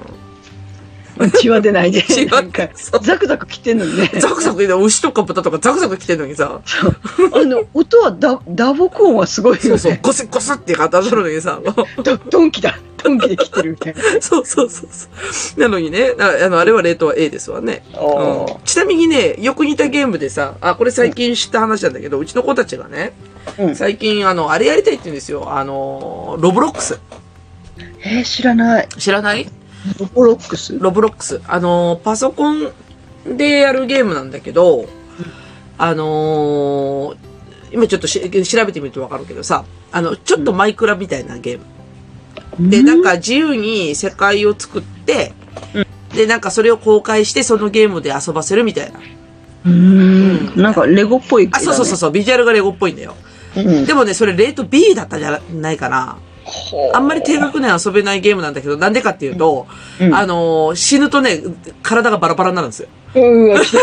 血は出 ないで。
血は
なんか
そう
ザクザク切ってんのにね。
ザクザク、牛とか豚とかザクザク来てんのにさ、
あの、音はダ、打撲音はすごいよ
そう
ね。
そう、ゴスゴスって当たるのにさ、もう
ドドンキだ。ドンキで切ってるみたいな。
そうそうそうそう。なのにね、ああの、あれは冷凍は A ですわね。
おー
うんちなみにね、よく似たゲームでさ、あ、これ最近知った話なんだけど、うちの子たちがね、
うん
最近、あの、あれやりたいって言うんですよ。あの、ロブロックス。
えー、知らない。
知らない
ロボロックス
ロブロックス。あのーパソコンでやるゲームなんだけど、あのー今ちょっとし調べてみるとわかるけどさ、あの、ちょっとマイクラみたいなゲーム。で、なんか自由に世界を作って、で、なんかそれを公開して、そのゲームで遊ばせるみたいな。
うーん。なんかレゴっぽい、
あ、そうそうそうそう、ビジュアルがレゴっぽいんだよ。
う。うん。
でもね、それレート B だったんじゃないかな。あんまり低学年遊べないゲームなんだけど、なんでかっていうと、
うん
あのー死ぬとね、体がバラバラになるんですよ。
うわ、来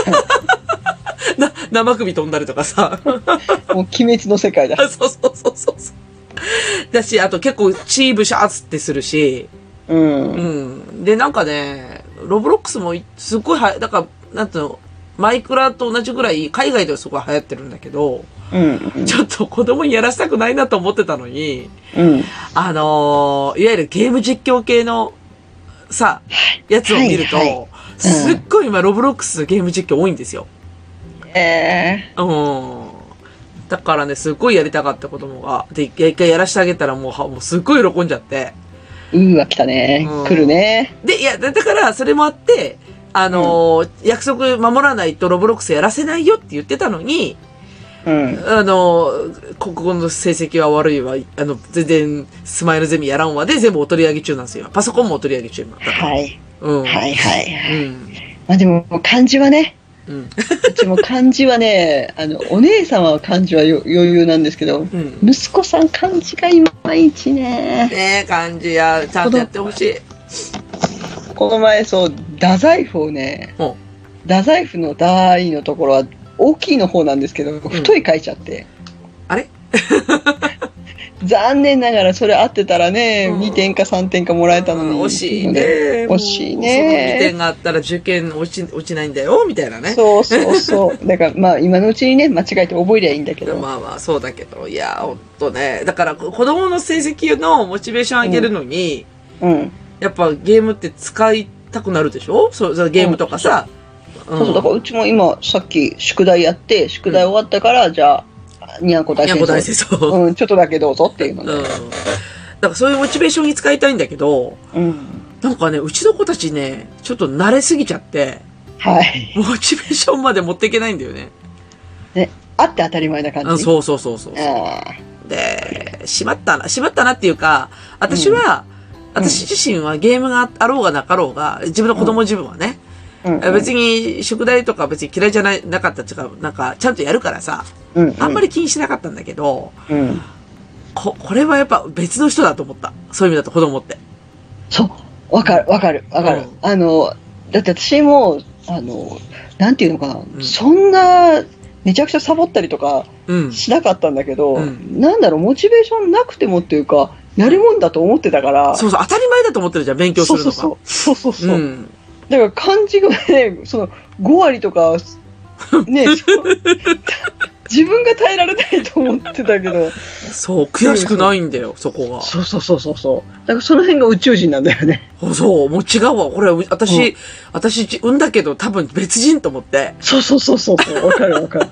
な、生首飛んだりとかさ。
たもう鬼滅の世界だ。
そうそうそうそうそう。だし、あと結構チーブシャーツってするし、
うん
う。ん。で、なんかね、ロブロックスもいすっごいはや、だから、なんていうの、マイクラと同じぐらい海外ではすごい流行ってるんだけど、
うん。
ちょっと子供にやらせたくないなと思ってたのに、
うん。
あのーいわゆるゲーム実況系の、さ、やつを見ると、
はいはい
すっごい今ロブロックスのゲーム実況多いんですよ。
え
うん。だからね、すっごいやりたかった子供が、で、一回一回やらしてあげたらもうは、もうすっごい喜んじゃって。
うわ、来たね
うん。
来るね。
で、いや、だだから、それもあって、あのー約束守らないとロブロックスやらせないよって言ってたのに、
うん。
あのー国語の成績は悪いわ、あの、全然、スマイルゼミやらんわで、全部お取り上げ中なんですよ。今パソコンもお取り上げ中今。
はい。
うん。
はいはい。
うん。
まあでも、漢字はね、
うん。
うちも漢字はね、 あの、お姉様は漢字はよ余裕なんですけど、
うん。
息子さん漢字がいまいちね。
ねえ、感じや、ちゃんとやってほしい。
この前そう、太宰府をね、
うん
太宰府の大のところは大きいの方なんですけど、太い書いちゃって。
あれ
残念ながらそれ合ってたらね、
うん
2点か3点かもらえたのに。
うん惜しいね。
惜しい
もうその2
ね。
点があったら受験落ち、落ちないんだよ、みたいなね。
そうそ うそう。だからまあ今のうちにね、間違えて覚えりゃいいんだけど。
まあまあ、そうだけど、いや、ほんとね。だから、こ子供の成績のモチベーション上げるのに、
うん。
やっぱゲームって使いたくなるでしょそう、そうゲームとかさ。
そうそう、だからうちも今さっき宿題やって、宿題終わったから、じゃあ、にゃんこ
うん。
大
いや、ご大
戦
戦争。
うん、ちょっとだけどうぞっていうの
うん。だ
ね。
からそういうモチベーションに使いたいんだけど、
うん。
なんかね、うちの子たちね、ちょっと慣れすぎちゃって、
はい。
モチベーションまで持っていけないんだよね。
ね、あって当たり前な感じ。
うん、そうそうそうそう。
あ
で、しまったな、しまったなっていうか、私は、
うん
私自身はゲームがあろうがなかろうが、自分の子供自分はね、
あ。うん、
別に宿題とか別に嫌いじゃない、なかったっていうか、なんかちゃんとやるからさ、
うん、うん、
あんまり気にしなかったんだけど、
うん。
こ、これはやっぱ別の人だと思った。そういう意味だと子供って。
そう。わかる、わかる、わか
う
る。
ん
あの、だって私も、あの、なんていうのかな、
ん
そんな、めちゃくちゃサボったりとか
うん。
しなかったんだけど、
うん
なんだろう、モチベーションなくてもっていうか、やるもんだと思ってたから、
そうそう、当たり前だと思ってるじゃん、勉強するのが。
そうそうそう。そうそうそう
うん。
だから漢字がね、その、5割とか、 ね、そう自分が耐えられないと思ってたけど、
そう、悔しくないんだよ、そこが。
そうそうそうそうそう。だからその辺が宇宙人なんだよね。
そう、もう違うわ。これ、私、
う
私、産んだけど多分別人と思って。
そうそうそうそうそう。わかるわかる。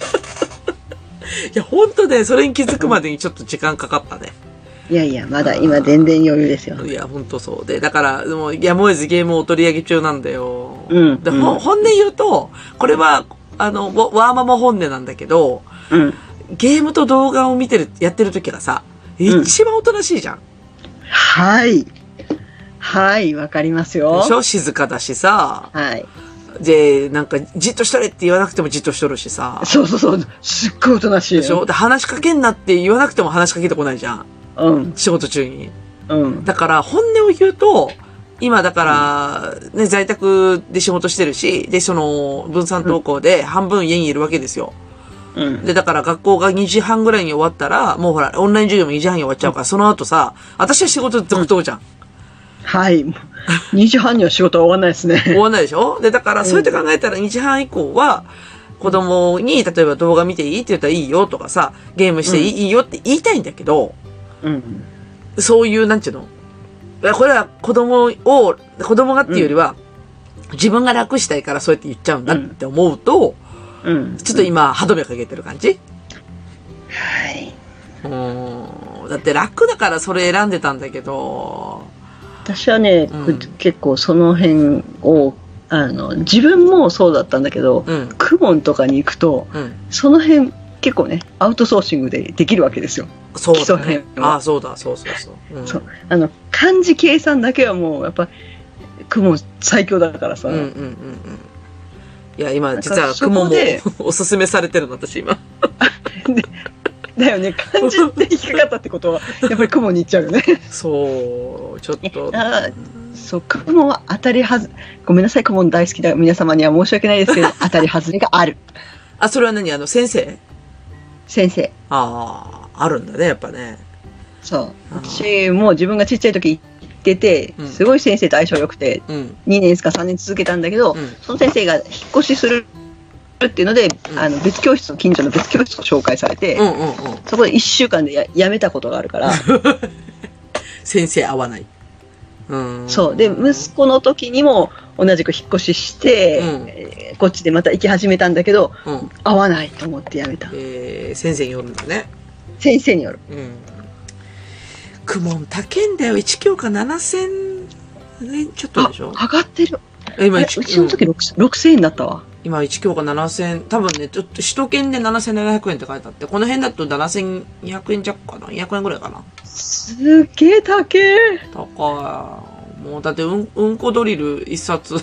いや、ほんとね、それに気づくまでにちょっと時間かかったね。
いやいや、まだ今全然余裕ですよ。
いや、ほんとそう。で、だから、もう、やむを得ずゲームをお取り上げ中なんだよ。
うん
で、
うん
ほ本音言うと、これは、あの、ワワーママ本音なんだけど、
うん。
ゲームと動画を見てる、やってる時がさ、
うん
一番おとなしいじゃん。
はい。はい、わかりますよ
でし。ょ静かだしさ。
はい。
で、なんか、じっとしとれって言わなくてもじっとしとるしさ。
そうそうそう。すっごいおとなしいよ。
でしょで、話しかけんなって言わなくても話しかけてこないじゃん。
うん。
仕事中に。
うん。
だから、本音を言うと、今だから、ね、在宅で仕事してるし、で、その、分散登校で半分家にいるわけですよ。
うん。
で、だから学校が2時半ぐらいに終わったら、もうほら、オンライン授業も2時半に終わっちゃうから、その後さ、私は仕事続投じゃん。
はい。2時半には仕事は終わんないです
終
ね。
わんないでしょで、だから、そうやって考えたら2時半以降は、子供に、例えば動画見ていいって言ったらいいよとかさ、ゲームしていい,、よって言いたいんだけど、
うん。
そういう、なんていうのいやこれは子供を、子供がっていうよりは、自分が楽したいからそうやって言っちゃうんだって思うと、
うん。
ちょっと今、歯止めかけてる感じ
はい。
うん。だって楽だからそれ選んでたんだけど、
私はね、
うん
く結構その辺を、あの、自分もそうだったんだけど、
うん。
クモンとかに行くと、
うん。
その辺結構ね、アウトソーシングでできるわけですよ。
そうだ
基礎
ね。
編は
ああ、そうだ、そうそうそう。うん、
そうあの漢字計算だけはもうやっぱ雲最強だからさ、
うんうんうんうん。いや、今、
だ
実
から
は、
そ
雲
こ
も
で
おすすめされてるの、私今。
だよね漢字って引っかかったってことはやっぱり雲に行っちゃうよね
そう、ちょっと。
あそう雲は当たりはずごめんなさい雲大好きだ皆様には申し訳ないですけど 当たりはずれがある
あ、それは何あの、先生
先生
ああ、あるんだね、やっぱね。
そう
あー
私も自分がちっちゃい時行ってて
うん
すごい先生と相性良くて
うん。
2年か3年続けたんだけど、
うん
その先生が引っ越しするっていうので、
うん
あの別教室近所の別教室を紹介されて、
うんうんうん。
そこで1週間でややめたことがあるから
先生合わない。うん。
そう。で、息子の時にも同じく引っ越しして、
うん
えーこっちでまた行き始めたんだけど、
うん。
合わないと思ってやめた。
えー、先生によるんだね。
先生による。
うん。クモン高いんだよ。1教科7000円ちょっとでしょ
上がってる。
え今
えう
1、
ちの時
うん
6, 6000円だったわ。
今1教科7000、多分ね、ちょっと首都圏で7700円って書いてあって、この辺だと7200円弱かな ?200 円ぐらいかな
すげえ高え。
高い。もうだってうん、うんこドリル一冊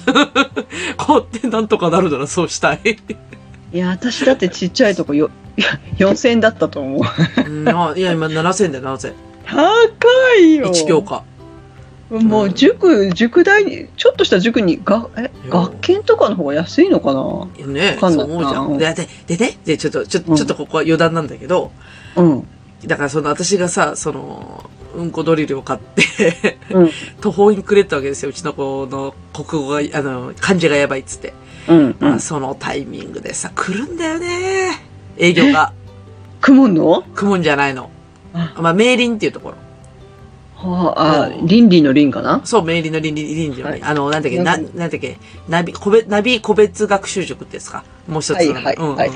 買ってなんとかなるならそう したい。
いや、私だってちっちゃいとこよ、いや4000円だったと思う。
うんあいや、今7000だよ、7000。
高いよ。
1教科。
もう塾、塾代に、ちょっとした塾に、が、え、
うん
学研とかの方が安いのかな
ね
わかん
そ
な
う
い
思うじゃ
うん
ん。で、で、でね、で、ちょっと、ちょっ
う
と、
ん
ちょっとここは余談なんだけど、
うん。
だからその私がさ、その、うんこドリルを買って、
うん。
途方に暮れたわけですよ。うちの子の国語が、あの、漢字がやばいっつって。
うん。う
ま
ん
あ、。そのタイミングでさ、来るんだよね。営業が。
くもんの
くもんじゃないの。
あ
まあ、名林っていうところ。
はあ、あ
う、ん
倫理の倫かな
そう、名林の倫理臨場
はい
あの、なんだっけ、な、なんだっけ、ナビ、個別、ナビ個別学習塾ですか。もう一つの。
はいはい
うん、うん
はい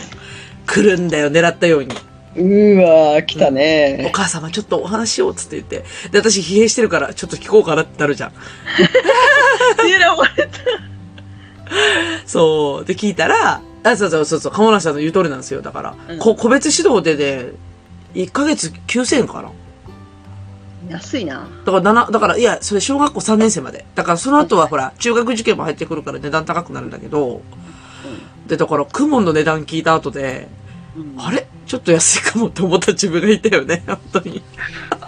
来るんだよ、狙ったように。
うーわー、来 た
お
ね。
母様ちょっとお話しようっつって言って。で、私疲弊してるから、ちょっと聞こうかなってなるじゃん。
狙われ
そう。で、聞いたら、あ、そうそうそうそう、鴨梨さんの言う通りなんですよ。だから、
うん
こ個別指導でね、1ヶ月9000円かな。
安いな。
だから、七だから、いや、それ小学校3年生まで。だから、その後はほら、中学受験も入ってくるから値段高くなるんだけど、で、だから、クモンの値段聞いた後で、あれちょっと安いかもって思った自分がいたよね、本当に。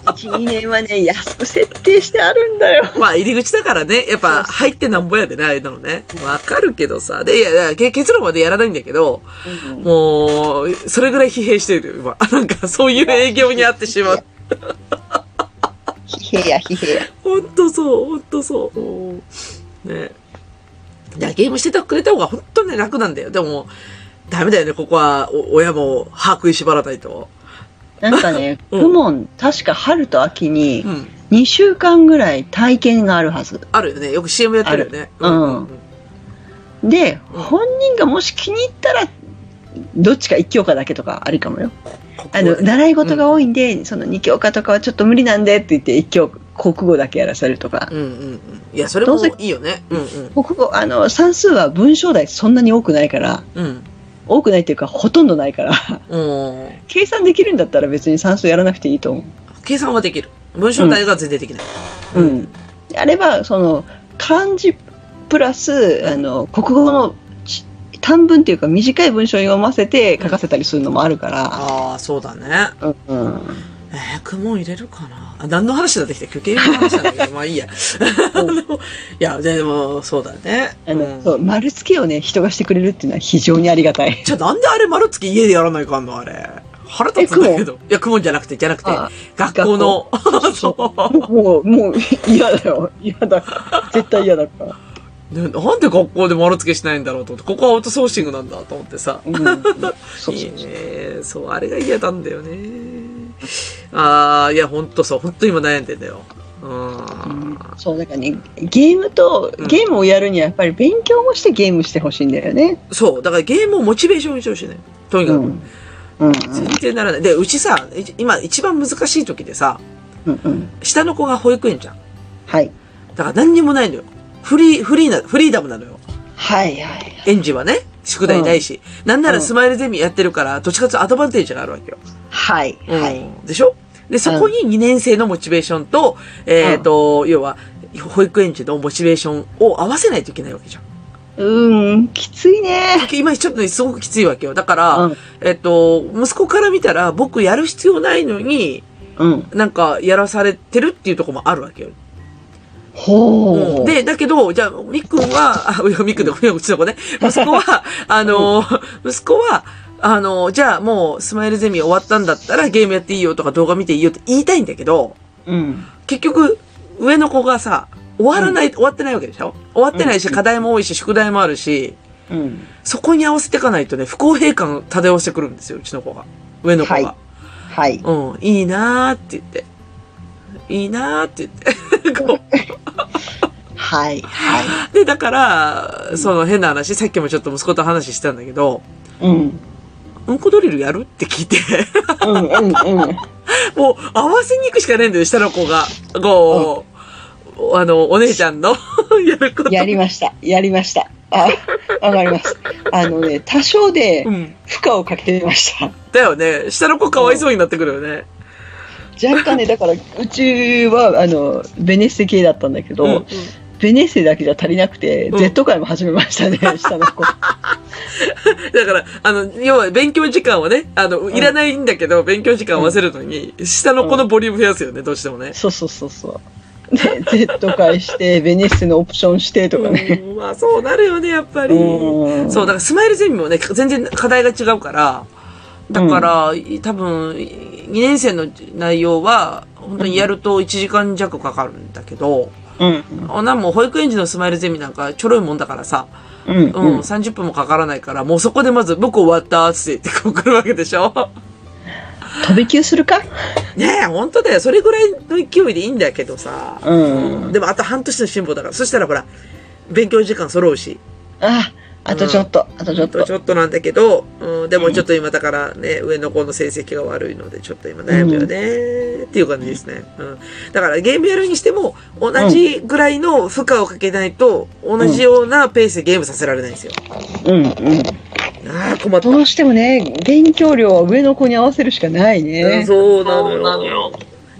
1、2年はね、安く設定してあるんだよ。
まあ、入り口だからね、やっぱ、入ってなんぼやでね、あれなのね。わかるけどさ。で、いやいや、け結論までやらないんだけど、もう、それぐらい疲弊してるよ、今。なんか、そういう営業にあってしまう。
疲弊や、疲弊や。
ほんとそう、ほんとそう。もうねいや、ゲームしてたくれた方が本当にね楽なんだよ。でも、ダメだよね、ここは、お親も、把握いしばらないと。
なんかね、
うん
くもん、確か春と秋に
うん。
2週間ぐらい体験があるはず。
あるよね。よく CM やってるよね。
あるうんで、本人がもし気に入ったら、どっちか1教科だけとかありかもよ。
ここ
あの、習い事が多いんで、その2教科とかはちょっと無理なんでって言って、1教科、国語だけやらせるとか
う。んうんうん。いや、それもいいよね。うんうん。
国語、あの、算数は文章題そんなに多くないから、
うん。
多くないっていうかほとんどないから、
うん。
計算できるんだったら別に算数やらなくていいと思
計算はできる。文章体が全然できない。
う。うん。あれば、その、漢字プラス、あの、国語のち短文っていうか短い文章を読ませて書かせたりするのもあるか
ああ、そうだね。
ら、うん。うん
えー、雲入れるかなあ、何の話だってきた休憩の話なんだ けど、まあいいや。あのいや、でも、そうだね。
あの、
うん
そう、丸付けをね、人がしてくれるっていうのは非常にありがたい。
じゃあなんであれ丸付き家でやらないかんのあれ。腹立つんだけど。いや、雲じゃなくて、じゃなくて、
あ
学校の。 そう
もう、もう嫌だよ。嫌だ。絶対嫌だから。
ね なんで学校で丸付けしないんだろうと思って、ここはアウトソーシングなんだと思ってさ。
うん。そうそう
い
そ
いうね。そう、あれが嫌なんだよね。ああ、いや、ほんとそう、ほんと今悩んでんだよ。うん。
そうだからねゲームと
うん
ゲームをやるにはやっぱり勉強もしてゲームしてほしいんだよね。
そう、だからゲームをモチベーションにしてほしいね。とに
う
か
んう
く。
んうん
全然ならない。で、うちさ、い今一番難しい時でさ、
うんうん
下の子が保育園じゃん。
はい
だから何にもないのよ。フリー、フリーな、フリーダムなのよ。
はいはい
園児はね、宿題ないし。なんな
う
ら
ん
スマイルゼミやってるから、どっちかというとアドバンテージがあるわけよ。
はいはい
でしょで、そこに2年生のモチベーションと、えっ、と、要は、保育園児のモチベーションを合わせないといけないわけじゃん。
うんきついね。
今ちょっとね、すごくきついわけよ。だから、
うん
えっ、と、息子から見たら、僕やる必要ないのに、
うん
なんか、やらされてるっていうところもあるわけよ。
ほう
で、だけど、じゃあ、みっくんは、あ、いや みっくんで、ごめんうちの子ね。息子 は、あの、息子は、あの、じゃあもう、スマイルゼミ終わったんだったら、ゲームやっていいよとか動画見ていいよって言いたいんだけど、
うん
結局、上の子がさ、終わらない、終わってないわけでしょ終わってないし、課題も多いし、宿題もあるし、
うん
そこに合わせていかないとね、不公平感漂ってくるんですよ、うちの子が。上の子が。
はいはい
うん、いいなーって言って。いいなーって言って。こう。
はい、は
で、だから、その変な話、さっきもちょっと息子と話したんだけど、
い。うん。
うんこドリルやるって聞いて、
うん、うん、うん。
もう合わせに行くしかないんだよ、下の子が。こう、あの、お姉ちゃんの やる こと。
やりました。やりました。あ、わかります。あのね、多少で
うん。
負荷をかけてました。
だよね。下の子かわいそうになってくるよね。
若 干ね、だから、うちは、あの、ベネッセ系だったんだけど、
うん
ベネッセだけじゃ足りなくて、
うん
Z 会も始めま したね、下の子。
だから、あの、要は勉強時間はね、あの、いらないんだけど、勉強時間合わせるのに、下の子のボリューム増やすよね、どうしてもね。
そうそうそうそう。で、Z 会して、ベネッセのオプションしてとかね。
うんまあ、そうなるよね、やっぱり。
うん
そう、だからスマイルゼミもね、全然課題が違うから、だから、多分、2年生の内容は、本当にやると1時間弱かかるんだけど、
うん。
あんなもう保育園児のスマイルゼミなんかちょろいもんだからさ、
うん。
うん、
うん。
30分もかからないから、もうそこでまず、僕終わったっつって言ってこう来るわけでし ょ
飛び級するか
ねえ、本当だよ。それぐらいの勢いでいいんだけどさ。
うん
でもあと半年の辛抱だから。そしたらほら、勉強時間揃うし。
あ、あとちょっと、あとちょっ
あと
と
ち。ょっとなんだけど、うん、でもちょっと今だからね、上の子の成績が悪いので、ちょっと今悩むよね、っていう感じですね。うん。だからゲームやるにしても、同じぐらいの負荷をかけないと、同じようなペースでゲームさせられないんですよ。
うん、うん。
ああ、困った。
どうしてもね、勉強量は上の子に合わせるしかないね。
そうなのよ。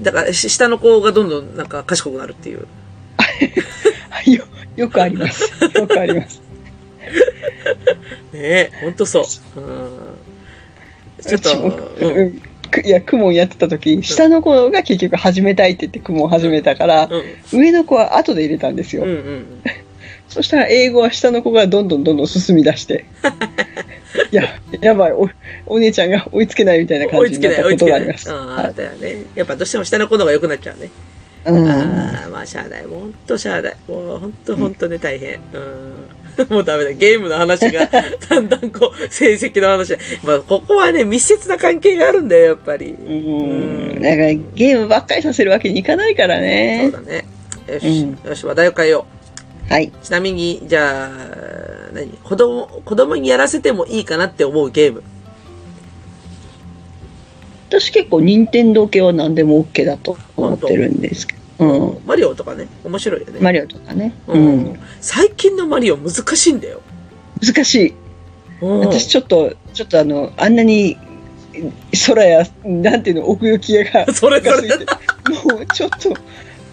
だから、し下の子がどんどんなんか賢くなるっていう。
よ、よくあり ます。よくあります。
ねえ、ほんとそう。うん。ちょっ
うちも
と、うん。う
うんんくいや、クモンやってた時、下の子が結局始めたいって言ってクモン始めたから、上の子は後で入れたんです
うん
よ。
うん。
そしたら英語は下の子がどんどんどんどん進み出して。い や、やばいお、お姉ちゃんが追いつけないみたいな感
追い
じ
つ
に
けない、
なった
追い
こ
つ
と
け
が
な
ありま
い。
す。
うん、あだよね。やっぱどうしても下の子の方が良くなっちゃうね。
うん。
ああ、まあ、しゃあない。ほんとしゃあない。もう、ほんとほんとね、大変。うん。 もうダメだ。ゲームの話 が、だんだんこう、成績の話が。まあ、ここはね、密接な関係があるんだよ、やっぱり。
うん。だからゲームばっかりさせるわけにいかないから
そう
ね。
だね。よ
う
し
ん。
よし、話題を変えよう。
はい。
ちなみに、じゃあ、何子供、子供にやらせてもいいかなって思うゲーム。
私結構任天堂系は何でも OK だと思ってるんですけど、
マリオとかね、面白いよ
う
ね。
ん、マリオとかね、う
うんん。最近のマリオ難しいんだよ。
難しい
うん
私ちょっとちょっとあのあんなに空やなんていうの奥行きが
それそれ
深すぎてもうちょっと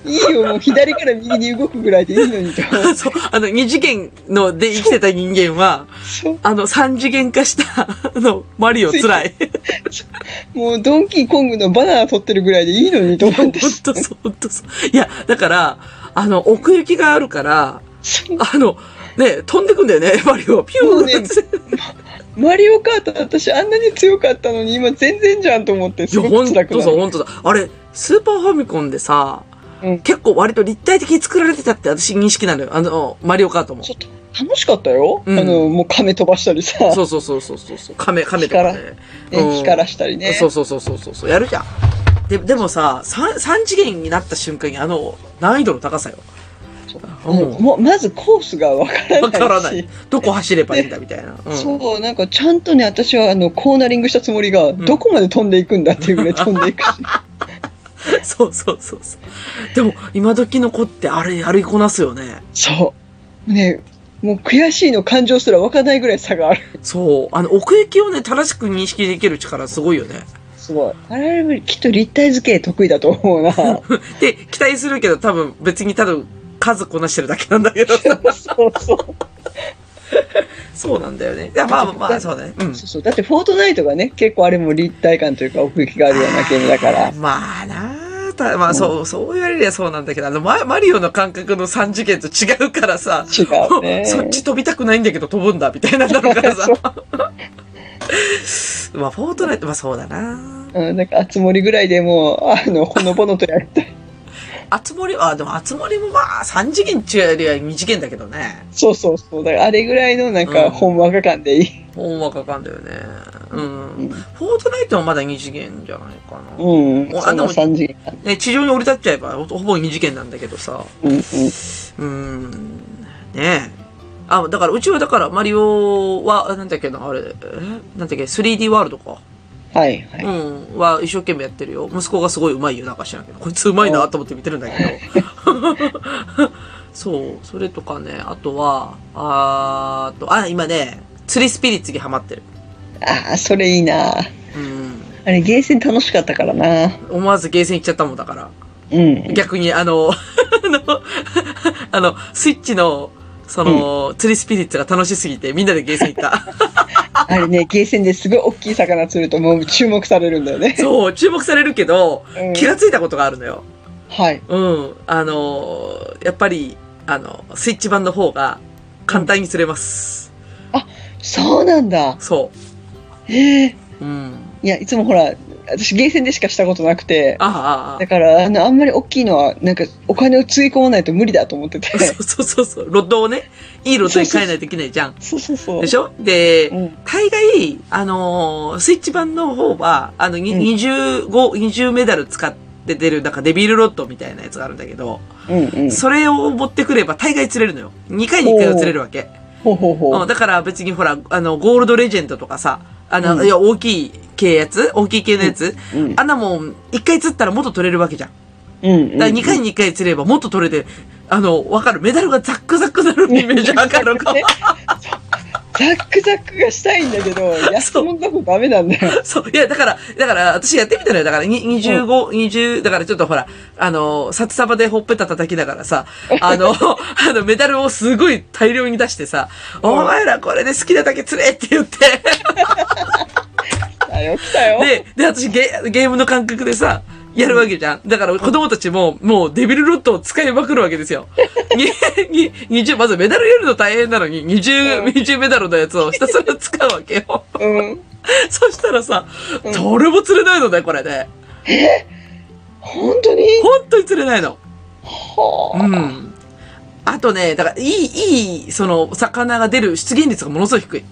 いいよもう左から右に動くぐらいでいいのにと
そう、あの、二次元ので生きてた人間は、
そう
あの、三次元化した、 あの、マリオ辛 い。
もうドンキーコングのバナナ取ってるぐらいでいいのにと思
ほ
うん
ん
で
と
す
そう、ほんとそう。いや、だから、あの、奥行きがあるから、
そう
あの、ね、飛んでくんだよね、 マリオ。ピ
も
ュ
う
ー
ね
って。
マリオカート私あんなに強かったのに今全然じゃんと思って
い
す
や、
ご
ほ
く
ん
辛く
と
な
そう、
る
ほんとだ。あれ、スーパーファミコンでさ、
うん
結構割と立体的に作られてたって私認識なのよ。あの、マリオカートも。
ちょっと楽しかったよ、
うん
あのもう亀飛ばしたりさ
そうそうそうそうそう。亀、亀とかね。
ね
うん
光らしたりね。
そうそうそうそうそうそう。やるじゃん。で、でもさ、三、三次元になった瞬間にあの、難易度の高さよ。
もうもうまずコースがわからないし。
わからない。どこ走ればいいんだみたいな。うん
そう、なんかちゃんとね、私はあの、コーナリングしたつもりが、どこまで飛んでいくんだっていう ぐらい飛んでいくし。
そうそうそうそう。でも、今時の子ってあれ、歩りこなすよね。
そう。ね、もう悔しいの感情すらわからないぐらい差がある。
そう。あの、奥行きをね、正しく認識できる力すごいよね。
すごい。あれ、きっと立体図形得意だと思 うな。そう
で、期待するけど多分別にただ数こなしてるだけなんだけ ど。
そう。
そうなんだよね。いや、まあまあまあ、そうだね。うん。
そうそう。だって、フォートナイトがね、結構あれも立体感というか奥行きがあるようなゲームだから。
まあなあ、たまあそう、そう言われりゃそうなんだけど、あの、ママリオの感覚の3次元と違うからさ、
違うね。
そっち飛びたくないんだけど飛ぶんだ、みたいなのからさ
そ。
まあ、フォートナイト、まあそうだな。
うん、なんか、あつ森ぐらいでもう、あの、ほのぼのとやりたい。
あつ森は、あ、でもあつ森もまあ、3次元違うよりは2次元だけどね。
そうそうそう。だから、あれぐらいの、なん
うん
か、ほんわか感でいい。
ほんわかかんだよね。う
うん
ん。フォートナイトもまだ2次元じゃないかな。
うん。
もう
そん
あ
な
の
3次元。
ね、地上に降り立っちゃえば、ほほぼ2次元なんだけどさ。
うんうん。
うーん、ねえ。あ、だから、うちはだから、マリオは、なんだっけな、あれ、えなんだっけ、3D ワールドか。
はい、は
う
い。
ん、は一生懸命やってるよ。息子がすごい上手いよ、なんか知らんけど。こいつ上手いなと思って見てるんだけど。 そう、それとかね、あとは、あーと、あ、今ね、釣りスピリッツにハマってる。
ああ、それいいな。
うん。
あれ、ゲーセン楽しかったからな。
思わずゲーセン行っちゃったもんだから。
うん。
逆に、あの、 あの、あの、スイッチの、その、釣りスピリッツが楽しすぎて、みんなでゲーセン行った。
あれね、ゲーセンですごい大きい魚釣るともう注目されるんだよね。
そう、注目されるけど、
うん
気がついたことがあるのよ。
はい。
うん。あのー、やっぱり、あの、スイッチ版の方が簡単に釣れます。
そうなんだ。
そ
へえ。
う。うん。
いや、いつもほら、私ゲーセンでしかしたことなくて、
ああ、あ
だから、あの、あんまり大きいのは、なんか、お金をつぎ込まないと無理だと思ってて
あ。。そうそうそうそう。ロッドをね、いいロッドに変えないといけないじゃん。
そうそうそう。
でし
ょ
ょで、
うん。
大概、あのースイッチ版の方は、あの、に
うん
25、20メダル使って出る、なんかデビルロッドみたいなやつがあるんだけど、
うんうん。
それを持ってくれば大概釣れるのよ。2回に1回は釣れるわけ。
ほうほうほ
う、。
うん
だから別にほら、あの、ゴールドレジェンドとかさ、あの、
うん
いや、大きい系やつ大きい系のやつ、
うん
あんなもん、一回釣ったらもっと取れるわけじゃん。
うんうん。
だから二回に一回釣ればもっと取れて、あの、わかる。メダルがザックザックなるイメージわか るかも。
ザックザックがしたいん だけど、安物だとダメなんだよ。
そう。いや、だから、だから、私やってみたのよ。だから、に25、20、だからちょっとほら、あの、札束でほっぺた叩きながら さ、あの、あの、メダルをすごい大量に出してさ、お前らこれで好きなだけ釣れって言って、
来たよ、来たよ。
で、で、私ゲゲームの感覚でさ、やるわけじゃん。だから子供たちも、もうデビルロットを使いまくるわけですよ。 に、に、20、まずメダルやるの大変なのに、20、
うん
20メダルのやつをひたすら使うわけよ。
うん。
そしたらさ、
うん
どれも釣れないのね、これね。
本当に
本当に釣れないの。
は
う
あ。
ん。あとね、だから、いい、いい、その、魚が出る出現率がものすごい低い。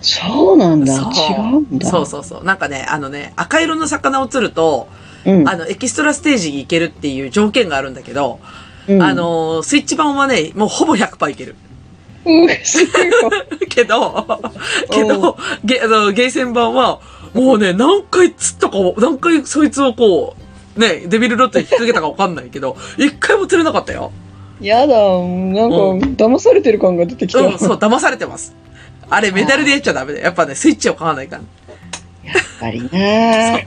そうなんだ。
そ
違うんだ。
そうそうそう。なんかね、あのね、赤色の魚を釣ると、
うん。
あの、エキストラステージに行けるっていう条件があるんだけど、
うん
あ、のー、スイッチ版はね、もうほぼ100%いける。
うん、すごい。
けど、けど、ゲ、あの、ゲーセン版は、もうね、何回釣ったか、何回そいつをこう、ね、デビルロッドに引っ掛けたかわかんないけど、一回も釣れなかったよ。
やだ、なんか、
うん
騙されてる感が出てきた。
うん、そう、騙されてます。あれ、メダルでやっちゃダメだよ。やっぱね、スイッチを買わないから。い
やっぱりな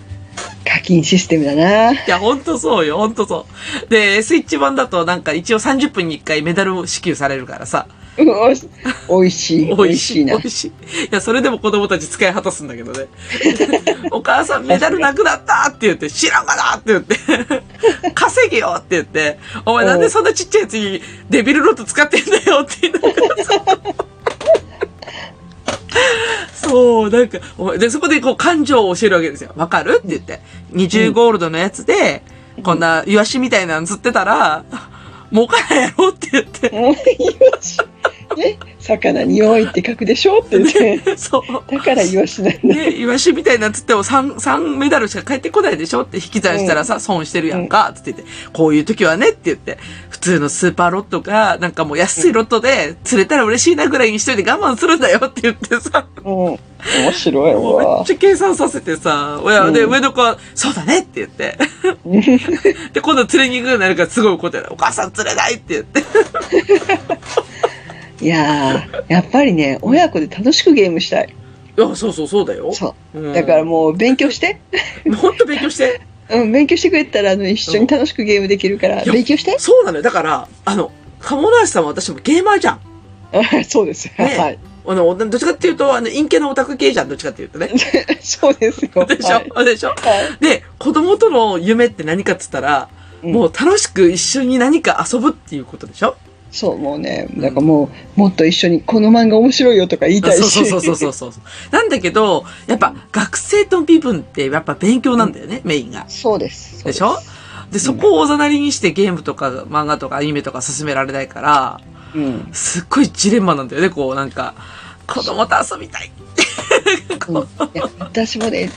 課金システムだな
や、ほんとそうよ、ほんとそう。で、スイッチ版だとなんか一応30分に1回メダルを支給されるからさ。
うんおいしおいしい。おいしいな
美。味しい。いや、それでも子供たち使い果たすんだけどね。 お母さんメダルなくなったって言って、知らんがなって言って、 稼げよって言って、お前なんでそんなちっちゃいやつにデビルロット使ってんだよって言いながらさそう、なんか、お前で、そこでこう感情を教えるわけですよ。わかるって言って。20ゴールドのやつで、こんなイワシみたいなの釣ってたら、儲からんやろって言って。
もうイワシ。ね、魚に弱いって書くでしょって言って。
そう。
だからイワシなんだ。
ね、イワシみたいなっつっても3、三メダルしか返ってこないでしょって引き算したらさ、損してるやんか、つって言って、こういう時はねって言って、普通のスーパーロットが、なんかもう安いロットで釣れたら嬉しいなぐらいにしといて我慢するんだよって言ってさ、
うん。面白い
もうめっ
わ
ち。ゃ計算させてさ、親で、
うん
上の子は、そうだねって言って。で、今度釣りに行くようになるからすごい怒ってる。お母さん釣れないって言って。
いやー、やっぱりね、親子で楽しくゲームしたい。
いや、そうそうそうだよ。
そうう。
ん
だからもう勉強して。
ほんと勉強して。
うん、勉強してくれたら、あの、一緒に楽しくゲームできるから、
うん
勉強して。
そうなのよ。だから、あの、鴨梨さんは私もゲーマーじゃん。
そうです。
ね
はい。
あの、どっちかっていうと、あの、陰気のオタク系じゃん、どっちかっていうと ね。
そうですよ。
でしょ、
はい
でしょ
は
で、子供との夢って何かっつったら、
うん
もう楽しく一緒に何か遊ぶっていうことでしょ
そう、もうね、なんかもう、もっと一緒に、この漫画面白いよとか言い
あ
たいし。
そうそうそうそうそう そう。なんだけど、やっぱ学生の身分ってやっぱ勉強なんだよね、メインが。
そうです。
でしょで、そこをおざなりにしてゲームとか漫画とかアニメとか進められないから、
うん。
すっごいジレンマなんだよね、こうなんか、子供と遊びたい。
うんいや私もね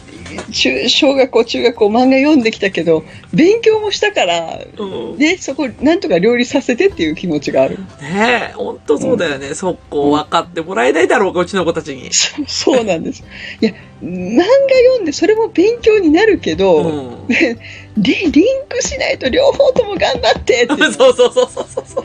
中小学校中学校漫画読んできたけど勉強もしたから、
うん
ね、そこなんとか両立させてっていう気持ちがある
ねえ、ほんとそうだよね。そこ分かってもらえないだろうか、うちの子たちに。
そうそうなんですいや漫画読んでそれも勉強になるけど、
うん。
でリリンクしないと両方とも頑張ってってい う
そうそうそうそうそうそう。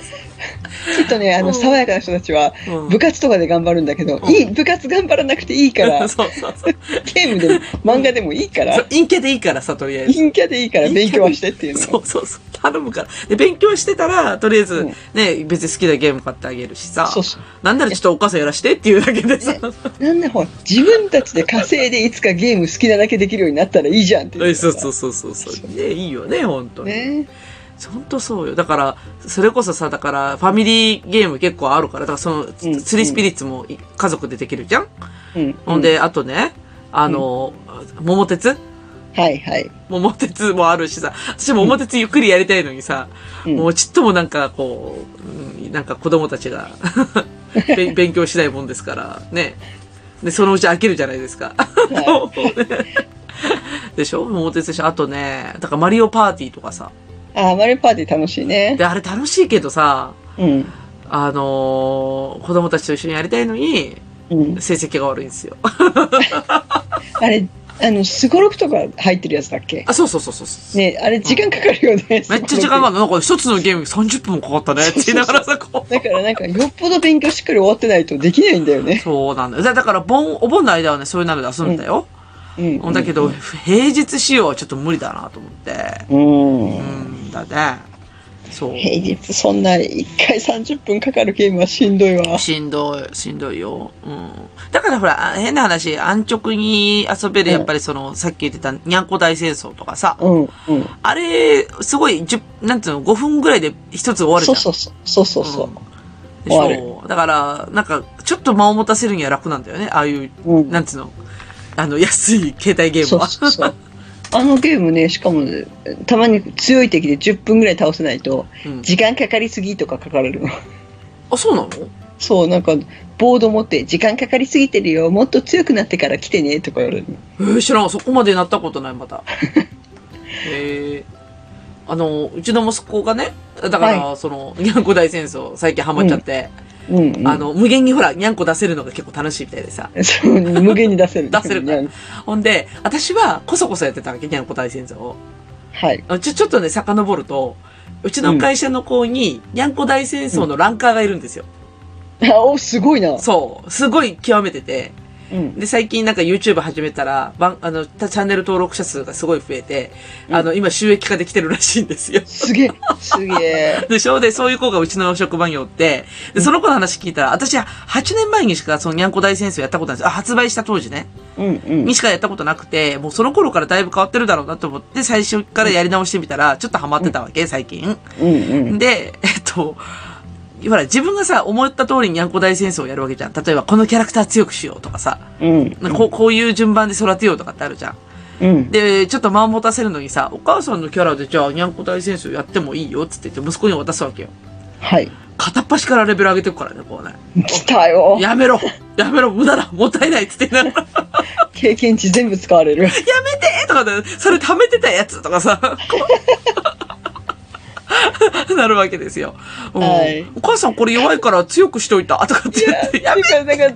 きっとねあ
うん
の爽やかな人たちは
うん
部活とかで頑張るんだけど、
うん
いい部活頑張らなくていいか ら
そうそうそう。
ゲームでも漫画でもいいから
そう陰キャでいいからさ、とりあえず。
陰キャでいいから勉強はしてっていうのが
そうそうそう。頼むから。で、勉強してたら、とりあえず
うん、
ね、別に好きなゲーム買ってあげるしさ。
そうそう
なんならちょっとお母さんやらしてっていうだけでさ。
ねなんだほら自分たちで稼いでいつかゲーム好きなだけできるようになったらいいじゃんってい
え
う
そうそううそうそうそう。ね、いいよね、本当に。
ね
本当そうよ。だから、それこそさ、だから、ファミリーゲーム結構あるから、だからその、
うん
釣りスピリッツもい家族でできるじゃん、
うん
ほんで、あとね、あの、桃鉄
はいはい、
桃鉄もあるしさ、私も桃鉄ゆっくりやりたいのにさ、
うん
もうちっともなんかこう、うんなんか子供たちが 勉勉強しないもんですから、ね。で、そのうち飽きるじゃないですか。
は
でしょ桃鉄でしょあとね、だからマリオパーティーとかさ。
あーマリオパーティー楽しいね
で、あれ楽しいけどさ、
うん
あのー子供たちと一緒にやりたいのに、
うん
成績が悪いんですよ。
あれあのスゴロクとか入ってるやつだっけ
あ、そうそうそうそうそう。
ねあれ時間かかるよね、
めっちゃ時間があ
か
るの。なんか一つのゲームに30分もかかったねって言いながらさ、こう。
だからなんかよっぽど勉強しっかり終わってないとできないんだよね
そうなんだよ。だだから、盆、お盆の間はね、そういうので遊んだよ。
うん
だけど、平日仕様はちょっと無理だなと思って。
うん、
うん、だね。そう。
平日そんな1回30分かかるゲームはしんどいわ
しんどい、しんどいよ。うん。だからほら、あ変な話、安直に遊べる、
うん
やっぱりその、さっき言ってた、にゃんこ大戦争とかさ、
うんうん
あれ、すごい、10なんつうの、5分ぐらいで一つ終わるじ
そ
ゃ。
うんそうそうそうそうそう
うんでし
終わる
ょだから、なんか、ちょっと間を持たせるには楽なんだよね。ああいう、
うん
なんつうの、あの、安い携帯ゲー
そ
ム
う
は。
そうそう。あのゲームね、しかもね、たまに強い敵で10分ぐらい倒せないと、
うん
時間かかりすぎとか書かれるの。
あ、そうなの
そう、なんか、ボード持って、時間かかりすぎてるよ、もっと強くなってから来てね、とか言われるの。
えー、知らん。そこまでなったことない、ま た。えー、あの、うちの息子がね、だから、その、にゃんこ大戦争、最近ハマっちゃって、
うん、うん。
あ、の、無限にほら、にゃんこ出せるのが結構楽しいみたいでさ。
そう、無限に出せる。
出せるから
うん
ほんで、私は、こそこそやってたわけ、にゃんこ大戦争を。
はい。
あちょ、ちょっとね、遡ると、うちの会社の子に、にゃんこ大戦争のランカーがいるんですよ。
あ、お、すごいな。
そう。すごい極めてて。
うん。
で、最近なんか YouTube 始めたら、ばんあの、たチャンネル登録者数がすごい増えて、
うん
あの、今収益化できてるらしいんですよ。
すげえ、すげ え。
でしょで、そういう子がうちの職場におって、で、その子の話聞いたら、私は8年前にしかそのにゃんこ大戦争やったことないんですよ。あ、発売した当時ね。
うんうん
に。しかやったことなくて、もうその頃からだいぶ変わってるだろうなと思って、最初からやり直してみたら、ちょっとハマってたわけ、最近。
うんうん。
で、えっと、ほら、自分がさ、思った通りにゃんこ大戦争をやるわけじゃん。例えば、このキャラクター強くしようとかさ、
うん。
なんかこうこういう順番で育てようとかってあるじゃん。
うん。
で、ちょっと間を持たせるのにさ、お母さんのキャラでじゃあ、にゃんこ大戦争やってもいいよっつって言って、息子に渡すわけよ。
はい。来
片っ端からレベル上げてくからね、こうね。
たよ。
やめろやめろ無駄だもったいないっつって言いながら、
経験値全部使われる。
やめてとかで、それ貯めてたやつとかさ、こう なるわけですよ、うん
はい
お母さんこれ弱いから強くしといたとかって言って、や
なんか、なんか、うわ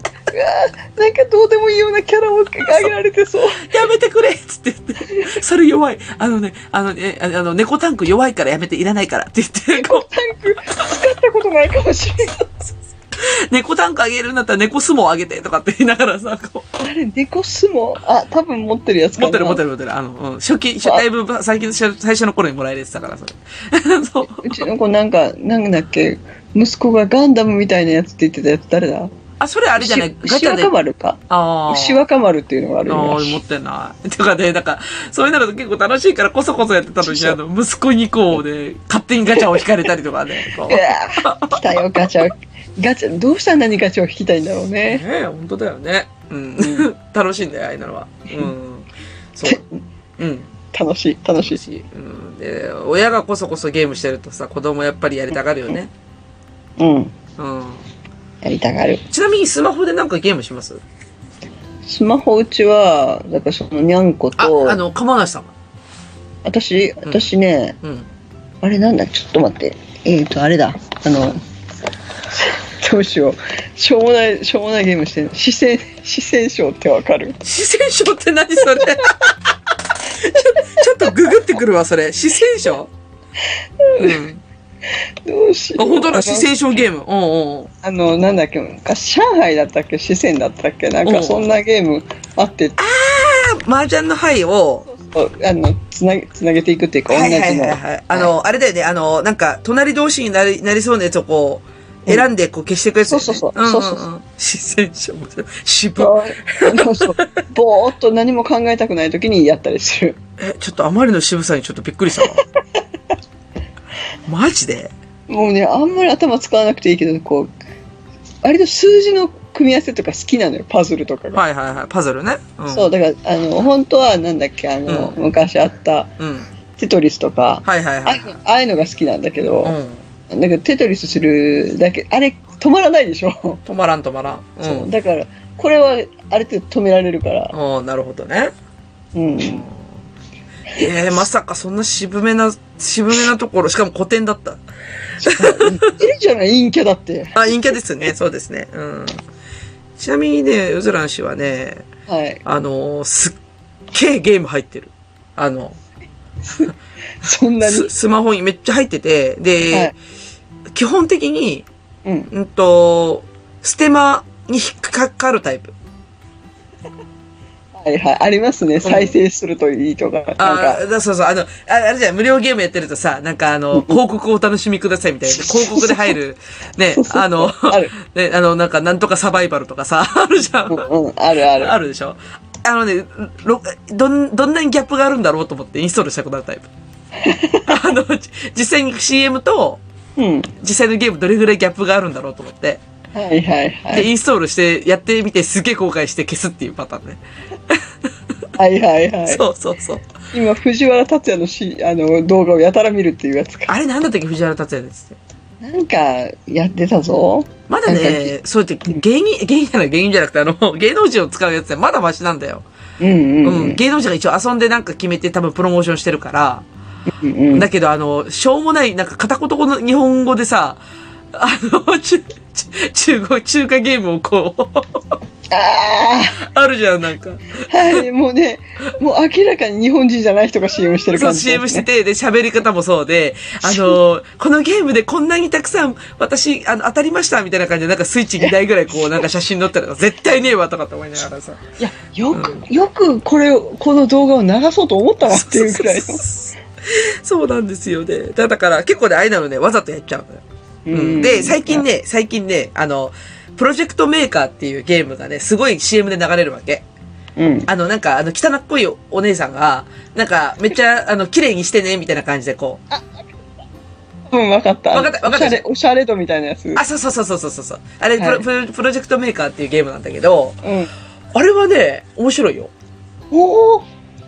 ーなんかどうでもいいようなキャラを上げられてそう。
やめてくれっつって言って、それ弱い。あのね、あのね、あのあの、猫タンク弱いからやめていらないからって言って、こ
タンク使ったことないかもしれない。
う、猫タンクあげるんだったら猫相撲あげてとかって言いながらさ、こう、
あれ、猫相撲あ、多分持ってるやつかな。
持ってる持って
る。
る持ってる。あの、うん初期、初だいぶ最近、最初の頃にもらえるやつだから、それ。 そう。
うちの子なんか、なんだっけ、息子がガンダムみたいなやつって言ってたやつ誰だ
あ、それあれじゃない、ガ
牛
チャで
若。丸か。
ああ。
牛若丸っていうのがある
ああ、
よね。
持ってない。とかね、なんか、そういうのが結構楽しいからこそこそやってたのに、
そう
あの、息子にこうね、勝手にガチャを引かれたりとかね、こう。
うわー来たよ、ガチャ。ガチャ、どうしたら何ガチャを引きたいんだろう
ね
ね。
え、本当だよね。うん。
う
楽しいんだよ、ああいうのは。うん。そう。うん。
楽しい、楽しい。
し、うん。で、親がこそこそゲームしてるとさ、子供やっぱりやりたがるよね。
うん。
うん。
やりたがる。
ちなみにスマホでなんかゲームします
スマホうちは、だからそのにゃんこ
あ、
と、
あの、釜梨さん。
私、
ん
私ね、
うん。
あれなんだ、ちょっと待って。えっ、ー、と、あれだ、あの、どうしよう。しょうもない、しょうもないゲームしてる。四川、四川省ってわかる
四川省って何それ ちょちょっとググってくるわ、それ。四川省うん。
どうし
あ、
よう。
本当だ、四川省ゲーム。うんうん。
あの、なんだっけ、昔上海だったっけ、四川だったっけ、なん
おう
かそんなゲームあって、
麻雀の牌を、
こうあの、つなげ、つなげていくっていうか、
は
同
い
じ
はいはい
の。
はい。あの、あれだよね、あの、なんか、隣同士になり、なりそうなやつをこう、選んでこう消していくやつだよね、
そうそうそう
うん
そうそう
う
そ
んうん。四川省面白い。渋っ。
あのそうぼーっと何も考えたくない時にやったりする。
え、ちょっとあまりの渋さにちょっとびっくり したわ。マジで
もうね、あんまり頭使わなくていいけど、こう、割と数字の組み合わせとか好きなのよ、パズルとかが。
はいはいはい。パズルね。うん。
そう、だから、あの、本当はなんだっけ、あの、
う
昔あった、
うん。
テトリスとか、
はいはい
ああ
はいいうは
のああいうのが好きなんだけど、
い。うん。
だけどテトリスするだけ、あれ止まらないでしょ。
止まらん止まらん。う。
そうんだからこれはある程度止められるから、
おーなるほどね。
うん、
えー、まさかそんな渋めな、渋めなところ、しかも古典だった。
いるじゃない陰キャだって
あ、陰キャですね。そうですね。うん。ちなみにね、うずらん氏はね、
はい
あのーすっげえゲーム入ってる。あの、
そんなに
ススマホにめっちゃ入ってて、で、
はい
基本的に、
うん
うんと、ステマに引っかかるタイプ。
はいはいありますね再生するといいとか、
あ
なんか
だそうそう、あの、ああれじゃん無料ゲームやってるとさ、なんかあの、広告をお楽しみくださいみたいな、広告で入る、ね、あの、
ある、
ね、あの、なんか、なんとかサバイバルとかさ、 あるじゃ。
うんんうん、あるある
あるでしょあのね、ろどん、どんなにギャップがあるんだろうと思ってインストールしたくなるタイ プ。あの、じ実際に CM と、
うん
実際のゲームどれぐらいギャップがあるんだろうと思って。
はいはいは
で、
い
インストールして、やってみてすげえ後悔して消すっていうパターンね。
はいはいはい
そうそうそう。
今藤原竜也のしあの動画をやたら見るっていうやつか
あれなんだったっけ藤原達也ですって。
なんかやってたぞ
まだね、そうやって芸人、芸人じゃない、芸人じゃなくて、あの、 芸能人を使うやつってまだマシなんだよ。
うんう
うん
うん
ん。芸能人が一応遊んでなんか決めて多分プロモーションしてるから、
うんうん
だけど、あの、しょうもない、なんか片言の日本語でさ、あの、 中、中中国、中華ゲームをこう、
あ
あるじゃん、なんか。
あはいもうねもう明らかに日本人じゃない人が CM してる
そう、
感じ、ね、
CM してて、で、喋り方もそうで、あ の、このゲームでこんなにたくさん、私、あの、当たりました、みたいな感じで、なんかスイッチ2台ぐらいこう、なんか写真載ったら、絶対ねえわ、とかって思いながらさ。
いや、よく、よくこれを、この動画を流そうと思ったなっていうくらい
そうそうそう そうなんですよね。だだから、結構ね、あれなのね、わざとやっちゃうのよ。
の。
うんで、最近。ね、最近ね、あの、プロジェクトメーカーっていうゲームがね、すごい CM で流れるわけ。
うん。
あの、なんか、あの、汚っこいお姉さんが、なんか、めっちゃ、あの、綺麗にしてね、みたいな感じでこう。
うん、わかった。
わかったわかった
おしゃれ、おしゃれ度みたいなやつ。
あ、そうそうそうそうそうそうそう。あれ、プロ
はい
プロプロジェクトメーカーっていうゲームなんだけど、
うん。
あれはね、面白いよ。
おお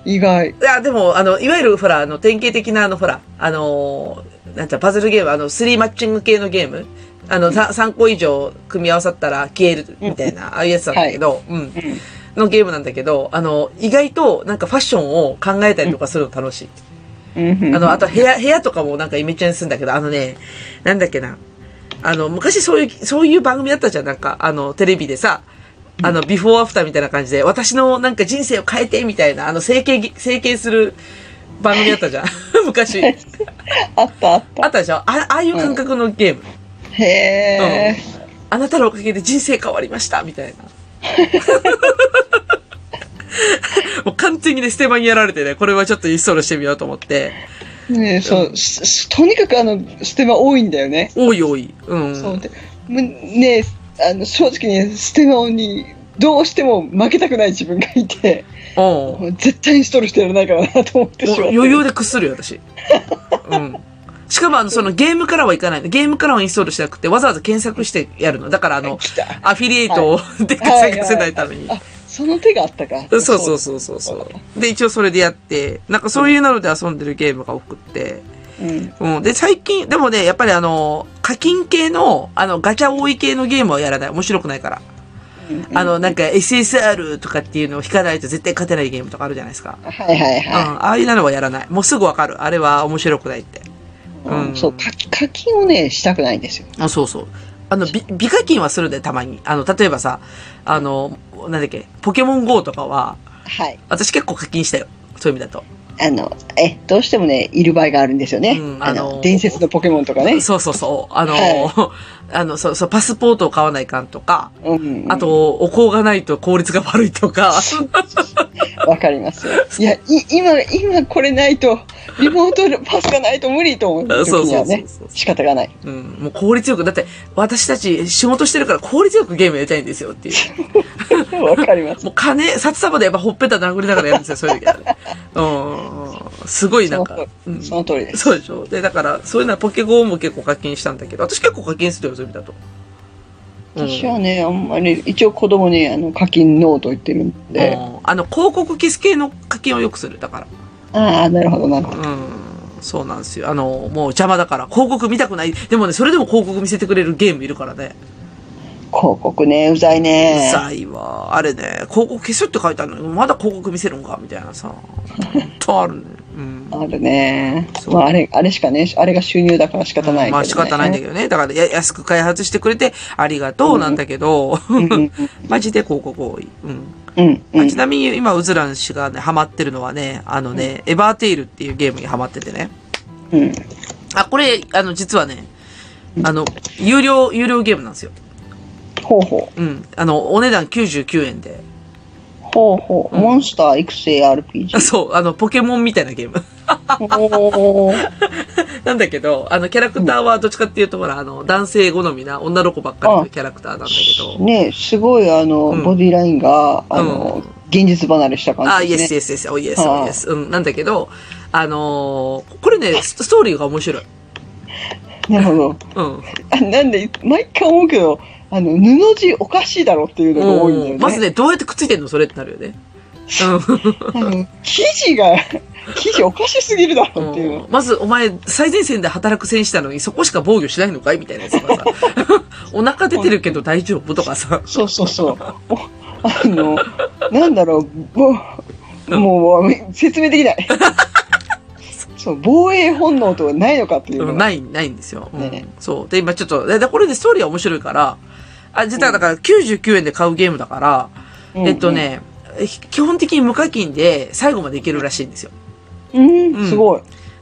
意外。
いや、でも、あの、いわゆる、ほら、あの、典型的な、あの、ほら、あのー、なんていうのパズルゲーム、あの、スリーマッチング系のゲーム。あの、さ3個以上組み合わさったら消える、みたいな、ああいうやつなんだけど、うん。
うん。
のゲームなんだけど、あの、意外となんかファッションを考えたりとかするの楽しい。
う ん。
あの、あと部屋、部屋とかもなんかイメチェンするんだけど、あのね、なんだっけな。あの、昔そういう、そういう番組だったじゃん、なんか、あの、テレビでさ、あの、ビフォーアフターみたいな感じで、私のなんか人生を変えて、みたいな、あの、整形、整形する番組だったじゃん。 昔。
あったあっ。
あったたでしょあああいう感覚のゲーム。
へえ。
あなたのおかげで人生変わりました、み たいな。もう完全にね、ステマにやられてね、これはちょっとインストールしてみようと思って。
ねえそう、すすとにかくあの、ステマ多いんだよね。
おいおい。うん。
そうで。むねえ、あの、正直ね、ステマに、どうしても負けたくない自分がいて、
おう
もう絶対インストールしてやらないからなと思ってしまって。
余裕で屈するよ、 私。うん。しかも、あの、そのゲームからはいかないの。ゲームからはインストールしなくて、わざわざ検索してやるの。だから、あの
来た、
アフィリエイトを、で
はい
稼がせないために。
あその手があったか
そうそうそうそうそう。で、一応それでやって、なんかそういうなので遊んでるゲームが多くって。
う、うん、
うん。で、最近、でもね、やっぱりあの、課金系の、あの、ガチャ多い系のゲームはやらない。面白くないから。あの、なんか SSR とかっていうのを引かないと絶対勝てないゲームとかあるじゃないですか。
はいはい
うん。
は
ああいうのはやらない。もうすぐわかる。あれは面白くないって。
い。
うん
うん、そう、課課金をね、したくないんですよ。
あ、そうそう。あの、び美課金はするで、たまに。あの、例えばさ、あの、なんだっけ、ポケモン GO とかは、
はい。
私結構課金したよ。そういう意味だと。
あの、え、どうしてもね、いる場合があるんですよね。
うん
あ
あの
の、伝説のポケモンとかね。
そうそうそう。あの、
は
あの、そうそう、パスポートを買わないかんとか、
うん。
あ、と、お香がないと効率が悪いと か、
わかります。いや、い、今、今これないと、リモートパスがないと無理と思う
そうそう
時に
そ
は
うそ
ね
う、
仕方がない。
うん、もう効率よく、だって、私たち仕事してるから効率よくゲームやりたいんですよっていう。
わかります。
もう金、札束でやっぱほっぺた殴りながらやるんですよ、そういう時は ね。うん、すごい なんか、うん。
その通りです。
そうでしょで、だから、そういうのはポケゴーも結構課金したんだけど、私結構課金するよ、そういう意味だと。うん
私はね、あんまり、一応子供にあの課金ノーと言ってるん
う
で、
んあの、広告消す系の課金をよくする、だから。
ああ、なるほどなるほど。
うん、そうなんですよ。あの、もう邪魔だから、広告見たくない。でもね、それでも広告見せてくれるゲームいるからね。
広告ね、うざいうね。
ざいわ。あれね、広告消すって書いてあるのに、まだ広告見せるんかみたいな さ。ほんとあるね。うん。
あるね。
そう
まあ、あれ、あれしかね、あれが収入だから仕方ないけど、ね。
まあ仕方ないんだけどね。だからや安く開発してくれてありがとうなんだけど、
うん、
マジで広告多い。うん。
うん、う
まあ
ん
ち。なみに今、ウズラン氏がね、ハマってるのはね、あのね、エバーテイルっていうゲームにハマっててね。
うん。
あ、これ、あの、実はね、あの、有料、有料ゲームなんですよ。
ほうほう。
うん。あの、お値段99円で。
ほうほう。
うん
モンスター育成 RPG
あ。 そう、あの、ポケモンみたいなゲーム。
ほう。
なんだけど、あの、キャラクターはどっちかっていうと、ほら、あの、男性好みな女の子ばっかりのキャラクターなんだけど。
ねすごい、あの、
うん
ボディラインが、あの、
うん
現実離れした感
あ、イ
じ
エ
です
スイ
ね。
エスイエス、おイエス、
は
お
い
イエス。うん、なんだけど、あのーこれね、スストーリーが面白い。
なるほど。
うん。
あなんで、毎回思うけど、あの、布地おかしいだろっていうのが多いんだよ
う
ね。
んまずね、どうやってくっついてんのそれってなるよ ね。うん
あの生地 が、生地おかしすぎるだろっていうの。
まず、お前、最前線で働く戦士なのに、そこしか防御しないのかいみたいなやつとかさ。 お腹出てるけど大丈夫とかさ。
そうそうそう。おあの、なんだろう、もう、もうもう、説明でき ない。そう、防衛本能とはないのかっていう
う
の
ん
が。
ない、ないんですよ。うん
ね
そう。で、今ちょっと、で、でこれでストーリーは面白いから、あ、実はだから99円で買うゲームだから、えっとね、ひ基本的に無課金で最後までいけるらしいんですよ。
うん、
う
うんん、すごい。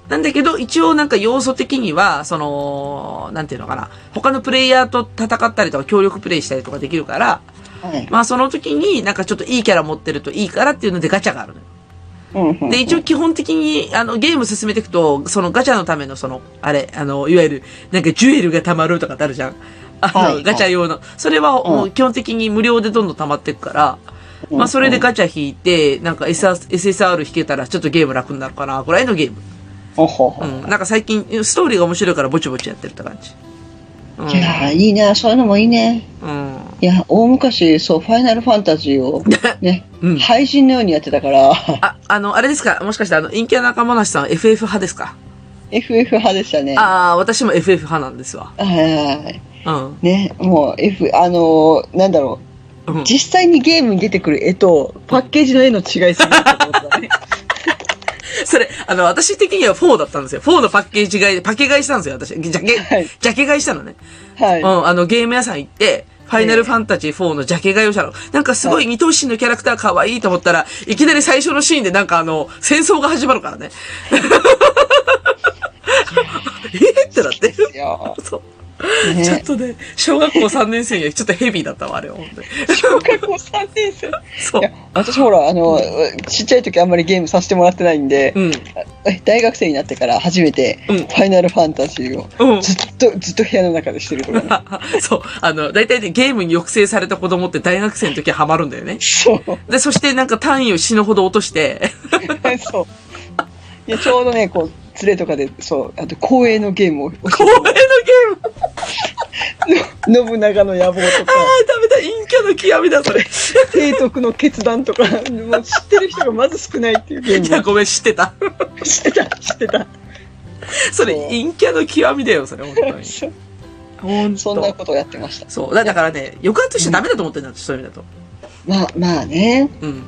なんだけど、一応なんか要素的には、その、なんていうのかな、他のプレイヤーと戦ったりとか協力プレイしたりとかできるから、
はい。
まあその時になんかちょっといいキャラ持ってるといいからっていうのでガチャがあるのよ。
うんうん、
で、一応基本的に、あの、ゲーム進めていくと、そのガチャのための、その、あれ、あの、いわゆる、なんかジュエルが溜まるとかってあるじゃん。あの、
はい
ガチャ用の。それは、
うん
もう基本的に無料でどんどん溜まっていくから、
うん
まあ、それでガチャ引いて、なんか SS SSR 引けたら、ちょっとゲーム楽になるかな、ぐらいのゲーム。
ほほほ
うん。なんか最近、ストーリーが面白いから、ぼちぼちやってるって感じ。うん
いやーいいね、そういうのもいいね。
うん。
いや、大昔、そう、ファイナルファンタジ ーを、ね、
うん
配信のようにやってたから、
あ、あの、あれですかもしかして、あの、陰キャ仲間なしさんは FF 派ですか
FF 派でしたね。は
ああ、私も FF 派なんですわ。
いはいはい。
うん。
ね、もう F、あのーなんだろ
う
う、
ん
実際にゲームに出てくる絵と、パッケージの絵の違いすぎるってこと だね。
それ、あの、私的には4だったんですよ。4のパッケージ買い、パケ買いしたんですよ、私。ジャケ、
はい
ジャケ買いしたのね。
は
う
い。
ん、あの、ゲーム屋さん行って、ファイナルファンタジー4のジャケ買いをしたの。なんかすごい二等身のキャラクター可愛いと思ったら、いきなり最初のシーンでなんかあの、戦争が始まるからね。 えってなって。
いやー
そう。
ね
ちょっとね、小学校3年生にはちょっとヘビーだったわ、あれは。本当に
小学校3年生。い
そう。
や、私ほら、あの、ちっちゃい時あんまりゲームさせてもらってないんで
う、ん。
え大学生になってから初めて、
うん
ファイナルファンタジーを、
うん。
ずっと、ずっと部屋の中でしてるとか ね。
そう。あの、大体ね、ゲームに抑制された子供って大学生の時はハマるんだよね。
そう。
で、そしてなんか単位を死ぬほど落として、
そう。いや、ちょうどね、こう、連れとかで、そう、あと、光栄のゲームを、
公園のゲーム、あ
信長の野望とか、
あ、ダメだ、陰キャの極みだ、それ。い
提督の決断とか、もう知ってる人がまず少ないっていう ゲー
や、
ム
ごめん、知ってた。
を知ってた、知ってた。
それ、
そう
陰キャの極みだよ、それ、本当に。
そう
ほん
そんな
と。
ことをやってました。
そう。だだからね、抑圧しちゃダメだと思ってるんだって、そういう意味だと。
まあまあね。
うん。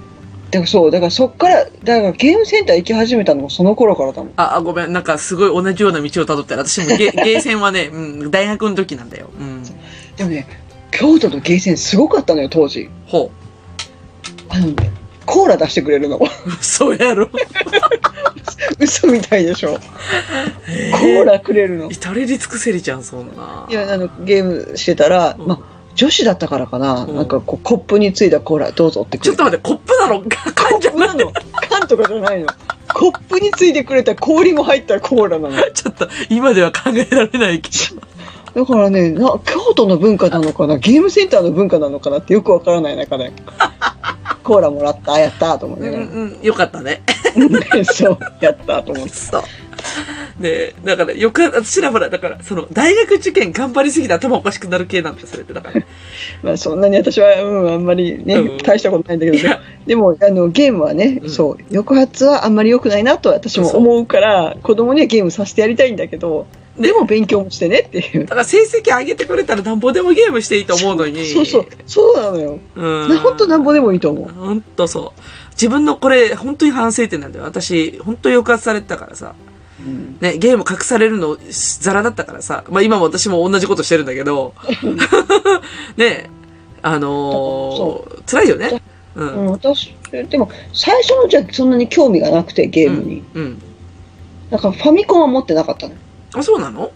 でもそう、だからそっから、だからゲームセンター行き始めたのもその頃からだもん。
あ、あごめん。なんかすごい同じような道をたどってる。私も ゲゲーセンはね、うん、大学の時なんだよ。うん。
でもね、京都のゲーセンすごかったのよ、当時。
ほ
あのね、コーラ出してくれるの。
う。 そうやろ。
嘘みたいでしょ。コーラくれるの。
至れり尽くせりじゃん、そんな。
いや、あの、ゲームしてたら、
うん
まあ、女子だったからかな、
うん
なんかこう、コップについたコーラ、どうぞってく
ち
れ
ょっと待って、コップだ ろ缶じゃ
コッ
な
プなの缶とかじゃないの。コップについてくれた氷も入ったコーラなの。
いちょっと、今では考えられないけど。
だからね、な京都の文化なのかな、ゲームセンターの文化なのかなってよくわからない中で、コーラもらった、やったと思いうながら
ん、うん、よかったね。
そう、やったと思って。
そう。で、だから、よく、私らほら、だから、その、大学受験頑張りすぎて頭おかしくなる系なんだよ、それって。だから、
まあ、そんなに私は、うん、あんまりね、
うん
大したことないんだけ
い
ど
や、
でも、あの、ゲームはね、
うん
そう、抑圧はあんまり良くないなと私も思うから、子供にはゲームさせてやりたいんだけど、
ね
でも勉強もしてねっていう
だ。から成績上げてくれたらなんぼでもゲームしていいと思うのに。
そうそう、そうなのよ。
うん。
な本当なんぼでもいいと思う。
ほんとそう。自分のこれ、本当に反省点なんだよ。私、本当に抑圧されてたからさ。ね、ゲーム隠されるのザラだったからさ。まあ今も私も同じことしてるんだけど。 ねあの
そ
ー、辛いよね。う
うん
ん。
私、でも、最初のじゃそんなに興味がなくて、ゲームに。
うん。
なんかファミコンは持ってなかったの。
あ、そうなの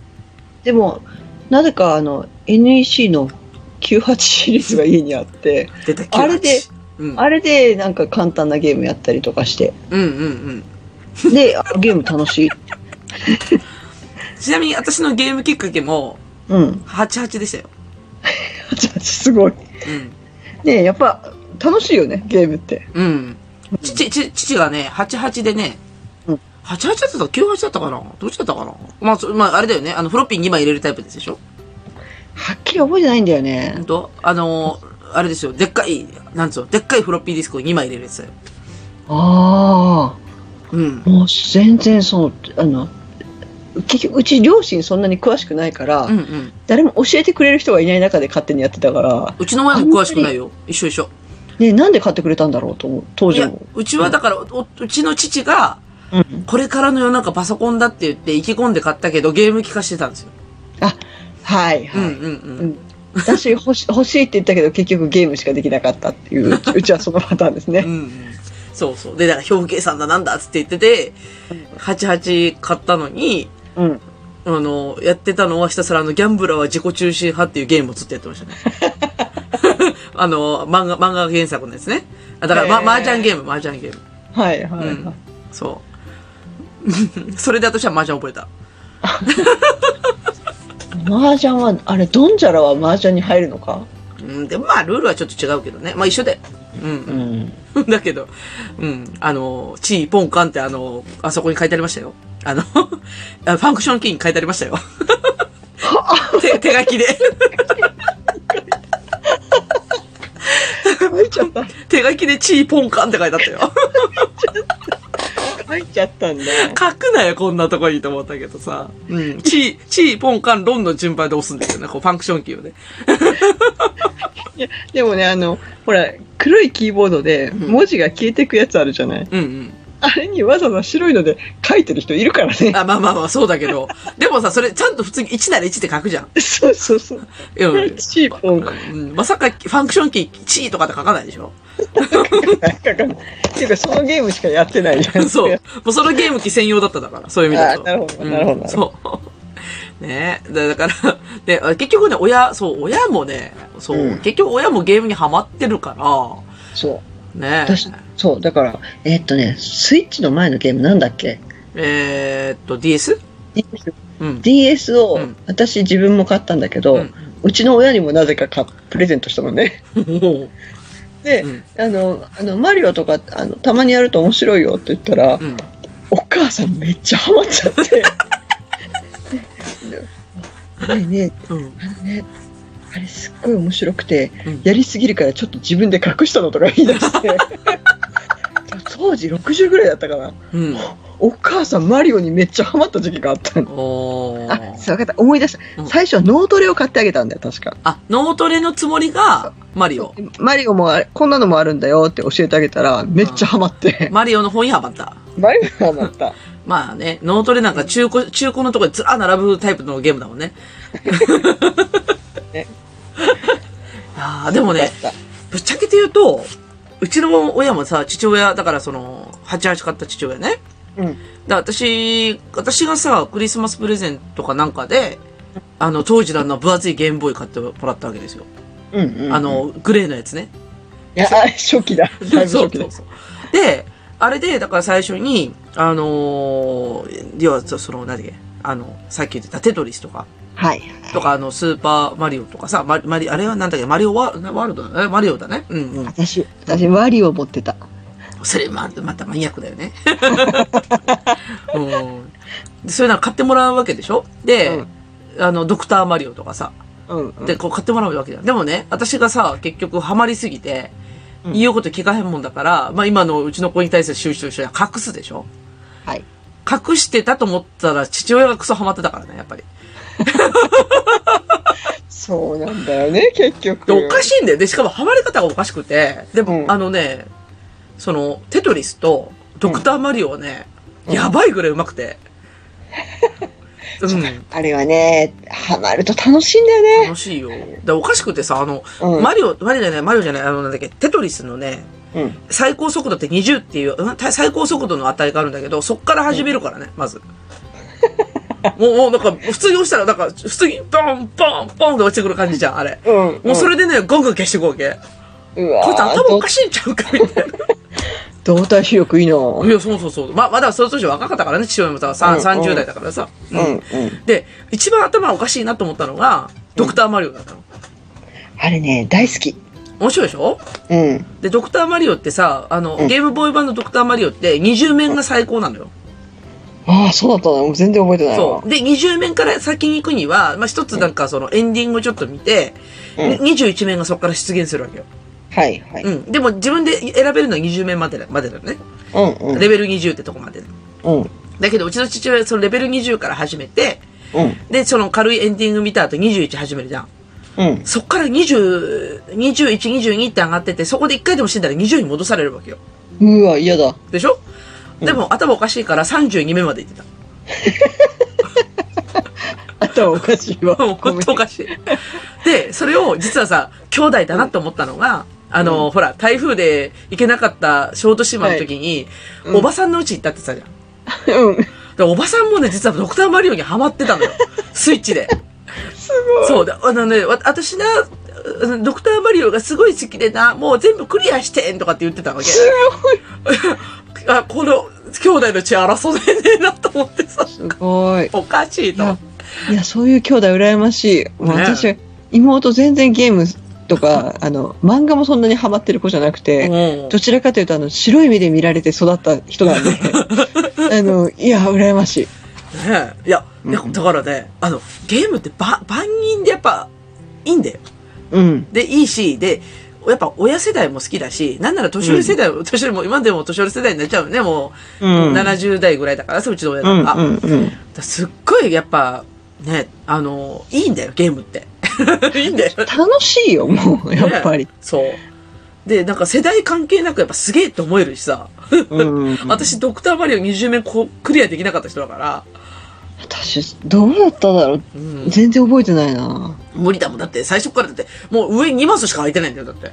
でも、なぜかあの、NEC の98シリーズが家にあって、
出た
あれで、
うん。
あれでなんか簡単なゲームやったりとかして、
うんうんうん。
で、あゲーム楽しい。
ちなみに私のゲームきっかけも、
うん。
88でしたよ。
すごい。
うん。
ねえやっぱ、楽しいよね、ゲームって。
うん。父、父父がね、88でね、
うん
88だったか98だったかなどっちだったかなまあ、そまあ、あれだよね。あの、フロッピー2枚入れるタイプでしょ
はっきり覚えてないんだよ
ほ
ね
ん。とあのー、あれですよ。でっかい、なんつうの、でっかいフロッピーディスクを2枚入れるやつだよ。
あ
うん
あ、。もう全然その、あの、結局、うち両親そんなに詳しくないから、
うんうん。
誰も教えてくれる人がいない中で勝手にやってたから、
うちの親も詳しくないよ。一緒一緒。
ねえなんで買ってくれたんだろうと思う、当
い
時
や
も。、
うちはだから、おうちの父が、
うん。
これからの世の中パソコンだって言って意気込んで買ったけど、ゲーム機化してたんですよ。
はい、
うんうん
はい。
うん。
うん私欲し欲しいって言ったけど結局ゲームしかできなかったっていううちうちはそのパターンです
う
ね
んうんそうそう。で、だから、表計算だなんだっつって言ってて、88買ったのに、
うん
あの、やってたのはひたすらあの、ギャンブラーは自己中心派っていうゲームをずっとやってま したね。あの、漫画、漫画原作のやつね。あだから、
へ
ま、
ー
麻雀ゲーム、麻雀ゲーム。
はいはい、はい
うんそう。 それで私は麻雀覚えた。
麻雀はあれドンジャラは麻雀に入るのか
うん、でもまあ、ルールはちょっと違うけどね。まあ、一緒で。うん、
ん
うん。 だけど、うん。あの、地位ポンカンってあの、あそこに書いてありましたよ。あの、 あファンクションキーに書いてありま したよ。手、手書きで。
書いちゃった
手書きで地位ポンカンって書いてあったよ。
書いちゃったんだ
書くなよ、こんなとこにと思ったけどさ。うん。地位、地位ポンカン、ロンの順番で押すんですよね。こう、ファンクションキーをね。
いやでもねあのほら黒いキーボードで
ん
文字が消えてくやつあるじゃない、
うんうん。
あれにわざわざ白いので書いてる人いるからね
あ、まあまあまあ、そうだけ ど。でもさ、それ、ちゃんと普通に1なら1って書くじゃん。
そうそうそう
うん。
チーポン
うん、まさか、ファンクションキー、地位とかって書かないでしょ
書かないっていうかそのゲームしかやってないじゃん
そう。もうそのゲーム機専用だっただから、そういう意味だと。
あーなるほど
うん
なるほどなる
そう。 ねえ。だだから、で、あ結局ね、親、そう、親もね、そう、
うん
結局親もゲームにハマってるか
そう
ら、ねえ。
私そう、だから、えーっとね、スイッチの前のゲームなんだっけ
えーっと、DS? うん。
?DS を、
うん
私自分も買ったんだけど、
う
うんちの親にもなぜか買っプレゼントしたのね。
おう
で、
うん
あの、あの、マリオとか、あの、たまにやると面白いよって言ったら、
うん。
お母さんめっちゃハマっちゃって。
う
ねえね
ん。
え、あのね、あれすっごい面白くて、
うん
やりすぎるからちょっと自分で隠したのとか言い出して。当時60ぐらいだったかな。
うん。
お母さんマリオにめっちゃハマった時期があったの。
お
あ、
ー
そう分かった。思い出し
うん
た。最初は脳トレを買ってあげたんだよ、確か。
あ、脳トレのつもりが、マリオ。
マリオもあれこんなのもあるんだよって教えてあげたら、めっちゃハマって。
マリオの本にハマった。
マリオハマった。
まあね、脳トレなんか中古、中古のとこにずらー並ぶタイプのゲームだもんね。
ね
ああ、でも
ハマっ
ね、
た
ぶっちゃけて言うと、うちの親もさ、父親、だからその、88買った父親ね。
うん。
だ私、私がさ、クリスマスプレゼントかなんかで、あの、当時のあの、分厚いゲームボーイ買ってもらったわけですよ。
うんうんうん。
あ、の、グレーのやつね。
いや、あ初期だ。だいぶ初期だ。
そうそうそうで、あれで、だから最初に、あのー要は、その、何だっけ、あの、さっき言ってたテトリスとか、
はい。
とか、あの、スーパーマリオとかさ、マリ、マリあれはなんだっけ、マリオワーワールドだね、マリオだね。うんうん。
私、私、ワリオ持ってた。
それ、ま、またマニアックだよね。 うん。でそういうの買ってもらうわけでしょで、あの、ドクターマリオとかさ、
うん、うん。
で、こう買ってもらうわけじゃん。でもね、私がさ、結局ハマりすぎて、
うん
言うこと聞かへんもんだから、まあ今のうちの子に対する収集としては隠すでしょ
はい。
隠してたと思ったら父親がクソハマってたからね、やっぱり。
そうなんだよね、結
で、
局。
おか
い。
しいんだよ。で、しかもハマり方がおかしくて、でも、
うん
あのね、その、テトリスとドクターマリオはね、やばいぐらいうまく て。うん。
あれはね、ハマると楽しいんだよね。
楽しいよ。で、おかしくてさ、あの、
うん
マリオ、マリオじゃない、マリオじゃない、あの、なんだっけ、テトリスのね、
うん。
最高速度って20っていう、うんた最高速度の値があるんだけど、そっから始めるからね、まず。 もう、もうなんか、普通に押したら、なんか、普通に、ポン、ポン、ポンって落ちてくる感じじゃん、あれ。
うん。
もうそれでね、ゴグ消していくわけ。
うん、うわ
こいつ頭お
ー
かしいんちゃうか、みたい な。
ど動体視力いいな。うん。
いや、そうそうそう。ま、まだその当時若かったからね、父親もさ、さ
うん
30代だからさ。
うん。
で、一番頭おかしいなと思ったのが、ドクターマリオだったの。
あれね、大好き。
面白いでしょ
うん。
で、ドクターマリオってさ、あの、
うん
ゲームボーイ版のドクターマリオって20面が最高なのよ。
ああ、そうだったのもう全然覚えてないわ
そう。で、20面から先に行くには、まあ、一つなんかそのエンディングをちょっと見て、
うん
21面がそこから出現するわけよ。
はい、はい。
うん。でも自分で選べるのは20面までだまでだよね。
うん、うん。
レベル20ってとこまで。
うん。
だけど、うちの父親はそのレベル20から始めて、
うん。
で、その軽いエンディング見た後21始めるじゃん。
うん。
そっから20、21、22って上がってて、そこで1回でも死んだら20に戻されるわけよ。
うわ、嫌だ。
でしょでも、頭おかしいから32面まで行ってた。
頭おかし いわ。
もう
ごめ
本
ん
当おかしい。で、それを実はさ、兄弟だなと思ったのが、あの、ほら、台風で行けなかった小豆島の時に、
はいうん
おばさんの家行ったって言ってたじゃ
うん。
ん。で、おばさんもね、実はドクターマリオにハマってた のよ。スイッチで。
すごい。
そうだ、あのね、わ私な、うんドクターマリオがすごい好きでな、もう全部クリアしてんとかって言ってたわけ。
すごい。
あこの、兄弟の血争えねえなと思ってさ、
すごい。
おかしい
い
と
や。、いやそういう兄弟羨ましい。もう
ね
私、妹全然ゲーム とか、あの、漫画もそんなにハマってる子じゃなくて、
うん
どちらかというと、あの、白い目で見られて育った人な んで、あの、いや、羨ましい。
ね え。いや、いや
うん
だからね、あの、ゲームってば万人でやっぱ、いいんだよ。
うん。
で、いいし、で、やっぱ親世代も好きだし、なんなら年寄り世代も、年寄りも、今でも年寄り世代になっちゃうよね、もう、
うん
70代ぐらいだからさ、うちの親
うん、
と
うん
か。、
うん。
だからすっごいやっぱ、ね、あの、いいんだよ、ゲームって。 いいんだよ。
楽しいよ、もう、やっぱり。
ねそう。で、なんか世代関係なくやっぱすげえって思えるしさ。
うん。
私、ドクターマリオ20面こうクリアできなかった人だから、
私、どうだっただろう
うん
全然覚えてないな。
無理だもん。だって、最初からだって、もう上2マスしか空いてないんだよ、だって。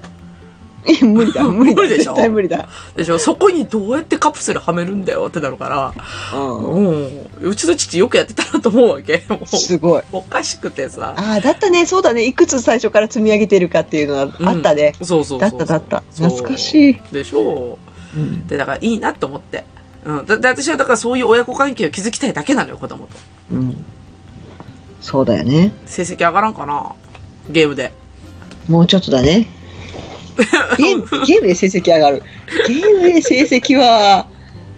いや、無理だ、無理 だ。
無理でしょ
絶対無理だ。
でしょそこにどうやってカプセルはめるんだよってなるから、
う。
うん。うちの父よくやってたなと思うわけ。もうん
すごい。
おかしくてさ。
ああ、だったね、そうだね。いくつ最初から積み上げてるかっていうのはあったね。
うんそうそう
だ
そう
っ
そう。
ただった。
そう
懐かしい。
でしょで、だからいいなと思って。うん。だって私はだからそういう親子関係を築きたいだけなのよ、子供と。
うん。そうだよね。
成績上がらんかなゲームで。
もうちょっとだ ね。ゲーム、ゲームで成績上がる。ゲームで成績は、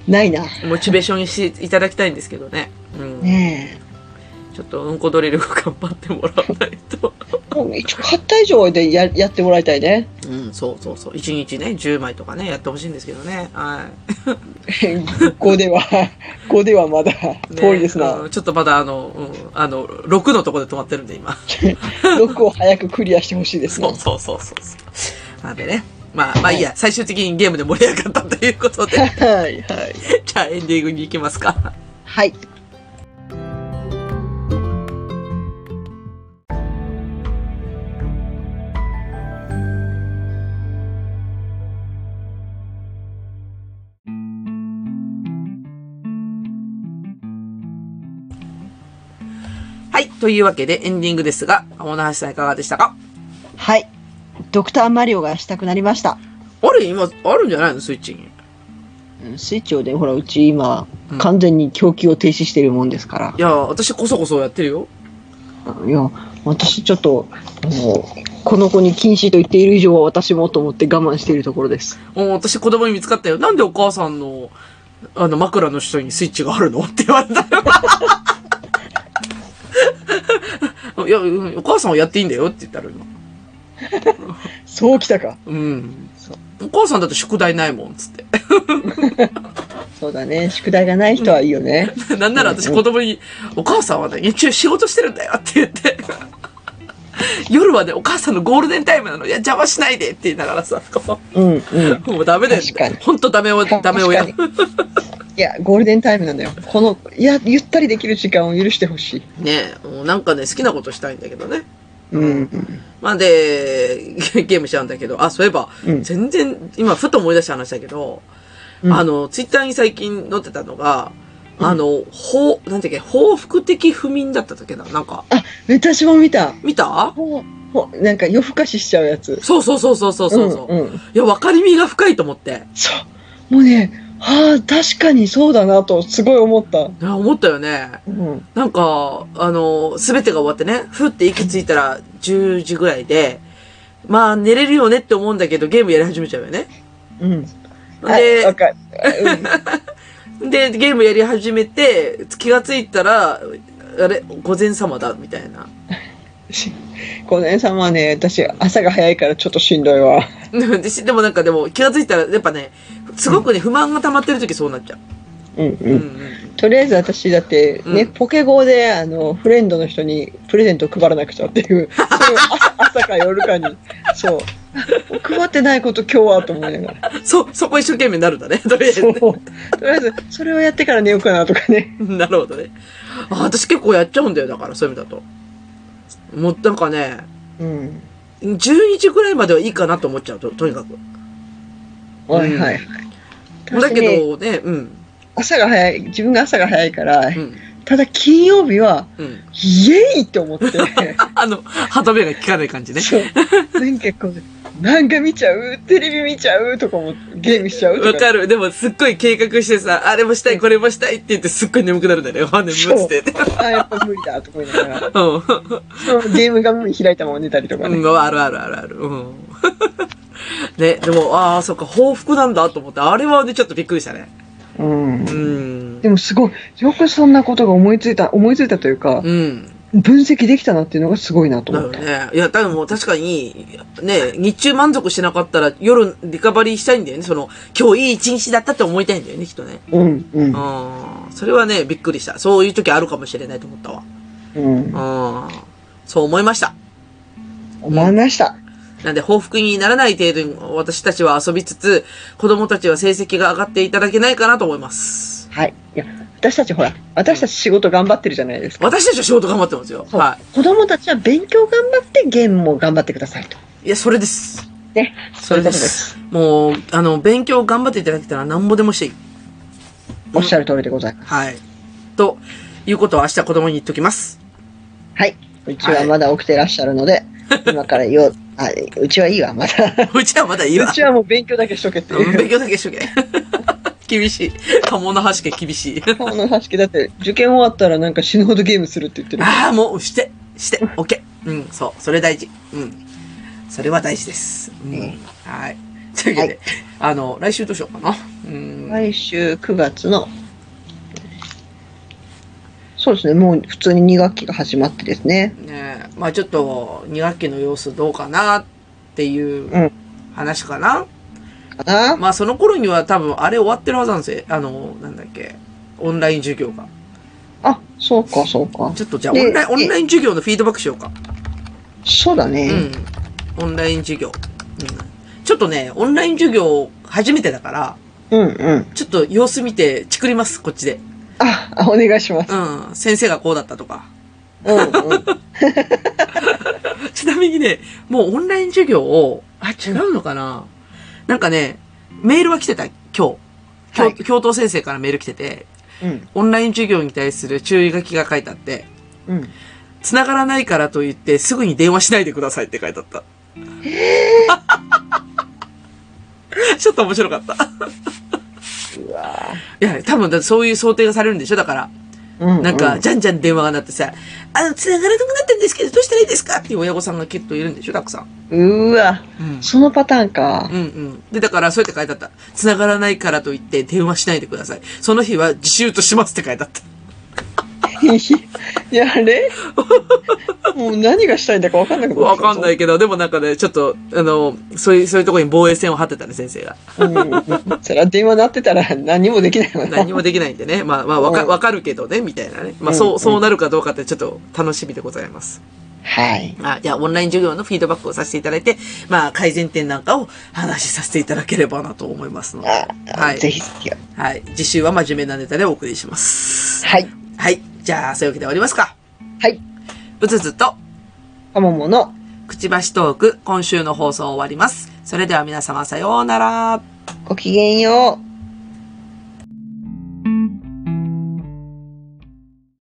ないな。
モチベーションにしていただきたいんですけどね。うん。
ね
ちょっとうんこドリルを頑張ってもらわないと。
もう一応買った以上でややってもらいたいね。
うん、そうそうそう。1日ね、10枚とかね、やってほしいんですけどね。はい。
5では、5ではまだ
ね
遠いです
あの
な。
ちょっとまだあの、うん、あの、6のとこで止まってるんで、今。
6を早くクリアしてほしいです
そ
ね
う。そうそうそうそう。なんでね。まあ、まあいいや、最終的にゲームで盛り上がったということで、
はい、はい。
じゃあエンディングに行きますか。
はい。
はい、というわけでエンディングですが、小野橋さんいかがでしたか
はい。ドクターマリオがしたくなりました。
あれ、今、あるんじゃないのスイッチに。
うんスイッチをね、ほら、うち今
うん、
完全に供給を停止してるもんですから
い。や、私こそこそやってるよ。
いや、私ちょっと、もう、この子に禁止と言っている以上は私もと思って我慢しているところです。
もう私子供に見つかったよ。なんでお母さんの、あの、枕の下にスイッチがあるのって言われたよ。いや、うんお母さんはやっていいんだよって言ったら今。
そうきたか。
うん
そう。
お母さんだって宿題ないもん、つって。
そうだね。宿題がない人はいいよね。
なんなら私子供に、お母さんはね、日中仕事してるんだよって言って。夜はね、お母さんのゴールデンタイムなの。いや、邪魔しないでって言いながらさ、こ
うん、うん。
うもうダメだよ
確かに。
ほんとダメを、ダメをや。
確いや、ゴールデンタイムなんだよ。この、いや、ゆったりできる時間を許してほしい。
ねえ、もうなんかね、好きなことしたいんだけどね。
うん。
まあで、 ゲゲームしちゃうんだけど、あ、そういえば、
うん
全然、今、ふと思い出した話だけど、
うん
あの、ツイッターに最近載ってたのが、あの、報、なんていうっけ、報復的不眠だったっけな、なんか、
私も見た。
見た
ほほなんか夜更かししちゃうやつ。
そうそうそうそうそうそう。
うん、うん。
いや、分かりみが深いと思って。
そう。もうね、はあ、確かにそうだなと、すごい思った。
あ思ったよね。
うん。
なんか、あの、すべてが終わってね、ふって息ついたら10時ぐらいで、まあ、寝れるよねって思うんだけど、ゲームやり始めちゃうよね。
うん。はい、わ
で、
かる。うん
で、ゲームやり始めて、気がついたら、あれ、午前様だ、みたいな。
五年様はね、私、朝が早いからちょっとしんどいわ。
でしでもなんかでも、気がついたら、やっぱね、すごくね、不満が溜まってる時そうなっちゃう。
うんう。
うんん
とりあえず私だって、ね、
うん
ポケゴーで、あの、フレンドの人にプレゼントを配らなくちゃっていう、それを朝朝か夜かに、そう。配ってないこと今日はと思いながら。
うん。そ、そこ一生懸命になるんだね、とりあえず
そう。
ね。
とりあえず、それをやってから寝ようかなとかね。
なるほどね。あ、私結構やっちゃうんだよ、だから、そういう意味だと。もうなんかね、
うん。
12時くらいまではいいかなと思っちゃうと、とにかく。
はいはいはい。
だけ
私ね、
どね、うん。
朝が早い、自分が朝が早いから
う、ん。
ただ金曜日は、
うん。
イエイって思って。
あの、歯止めが効かない感 じね。
そう。なんかこう、なんか見ちゃう、テレビ見ちゃうとかも、ゲームしちゃう
わ
とか。
かる。でも、すっごい計画してさ、あれもしたい、これもしたいって言って、すっごい眠くなるんだよね。 あ、眠っつって。
あ、やっぱ無理だとか言いながら。
う
そのゲーム画面開いたまま寝たりとか
ん。
ね。
うん、あるあるあるある。うん。 ね、でも、ああ、そっか、報復なんだと思って、あれはね、ちょっとびっくりしたね。
うん
う。ん。
でもすごい、よくそんなことが思いついた、思いついたというか、
うん。
分析できたなっていうのがすごいなと
だ
思
よ
った。
ね。いや、多分もう確かに、ね、日中満足しなかったら夜リカバリーしたいんだよね。その、今日いい一日だったって思いたいんだよね、きっとね。
うん、う
う
ん、
ん。それはね、びっくりした。そういう時あるかもしれないと思った
うん。
わ。うん。そう思いました。
思いました。
なんで、報復にならない程度に私たちは遊びつつ、子供たちは成績が上がっていただけないかなと思います。
はい。いや、私たちほら、私たち仕事頑張ってるじゃないですか。
私たちは仕事頑張ってますよ。
そう
は
子供たちは勉強頑張ってゲームも頑張ってくださいと。
い。いや、それです。
ね。
それで
そういうことですす。
もう、あの、勉強頑張っていただけたらなんぼでもしていい。
おっしゃる通りでございます。
はい。ということを明日子供に言っときます。
はい。うちはまだ起きてらっしゃるので、今から言おう。あ、うちはいいわ、まだ。
うちはまだいいわ
う。ちはもう勉強だけしとけって
うん勉
いう。
強だけしとけ。 厳しい。家紋の端家厳しい。
この話だって、受験終わったらなんか死ぬほどゲームするって言ってる。
ああ、もうして、して、オッケー。うん、そう、それ大事。うん。それは大事です。うん。
うん
はい。というわけで、あの、来週どうしようかな。うん。
来週9月のそうですね。もう普通に2学期が始まってですね。
ねえまあちょっと2学期の様子どうかなっていう
うん
話かな。
かな。
まあその頃には多分あれ終わってるはずなんですよ。あの、なんだっけ。オンライン授業が。
あ、そうか、そうか。
ちょっとじゃあオ
で
ンライン、オ
で
ンライン授業のフィードバックしようか。
そうだ
う
ね。
ん。オンライン授業。うん。ちょっとね、オンライン授業初めてだから、
うん、うん。
ちょっと様子見てチクります、こっちで。
あ、あお願いします。
うん。先生がこうだったとか。
うん、うん。
ちなみにね、もうオンライン授業を、あ、違うのかな、なんかね、メールは来てた、今日。教
はい
教頭先生からメール来てて、
うん、
オンライン授業に対する注意書きが書いてあって、
うん。
繋がらないからと言ってすぐに電話しないでくださいって書いてあった。 ちょっと面白かった。
うわ
いや、多分だってそういう想定がされるんでしょだから。
ぁうう
なんか、じゃんじゃん電話が鳴ってさ、あの、繋がらなくなってるんですけど、どうしたらいいですかっていう親御さんが結構いるんでしょたくさん。
うわ、
うん
そのパターンか
う。んうん。で、だから、そうやって書いてあった。繋がらないからと言って電話しないでください。その日は自習としますって書いてあった。
いや、あれもう何がしたいんだかわかんなくなっちゃ。
わかんないいけど、でもなんかね、ちょっと、あの、そういう、そういうところに防衛線を張ってたね、先生が。
うんうんうんそりゃ電話鳴ってたら何もできないわな。
何もできないんでね。まあまあ、わか、
うん
わかるけどね、みたいなね。まあ、
うん
そうう、
ん
そうなるかどうかってちょっと楽しみでございます。
はい。
あじゃあ、オンライン授業のフィードバックをさせていただいて、まあ、改善点なんかを話しさせていただければなと思いますので。
あ
はい
ぜひぜひ。
はい。次週は真面目なネタでお送りします。
はい。
はい。じゃあ、そういうわけで終わりますか。
はい。
うつつと。
かももの、
くちばしトーク、今週の放送終わります。それでは皆様さようなら。
ごきげんよう。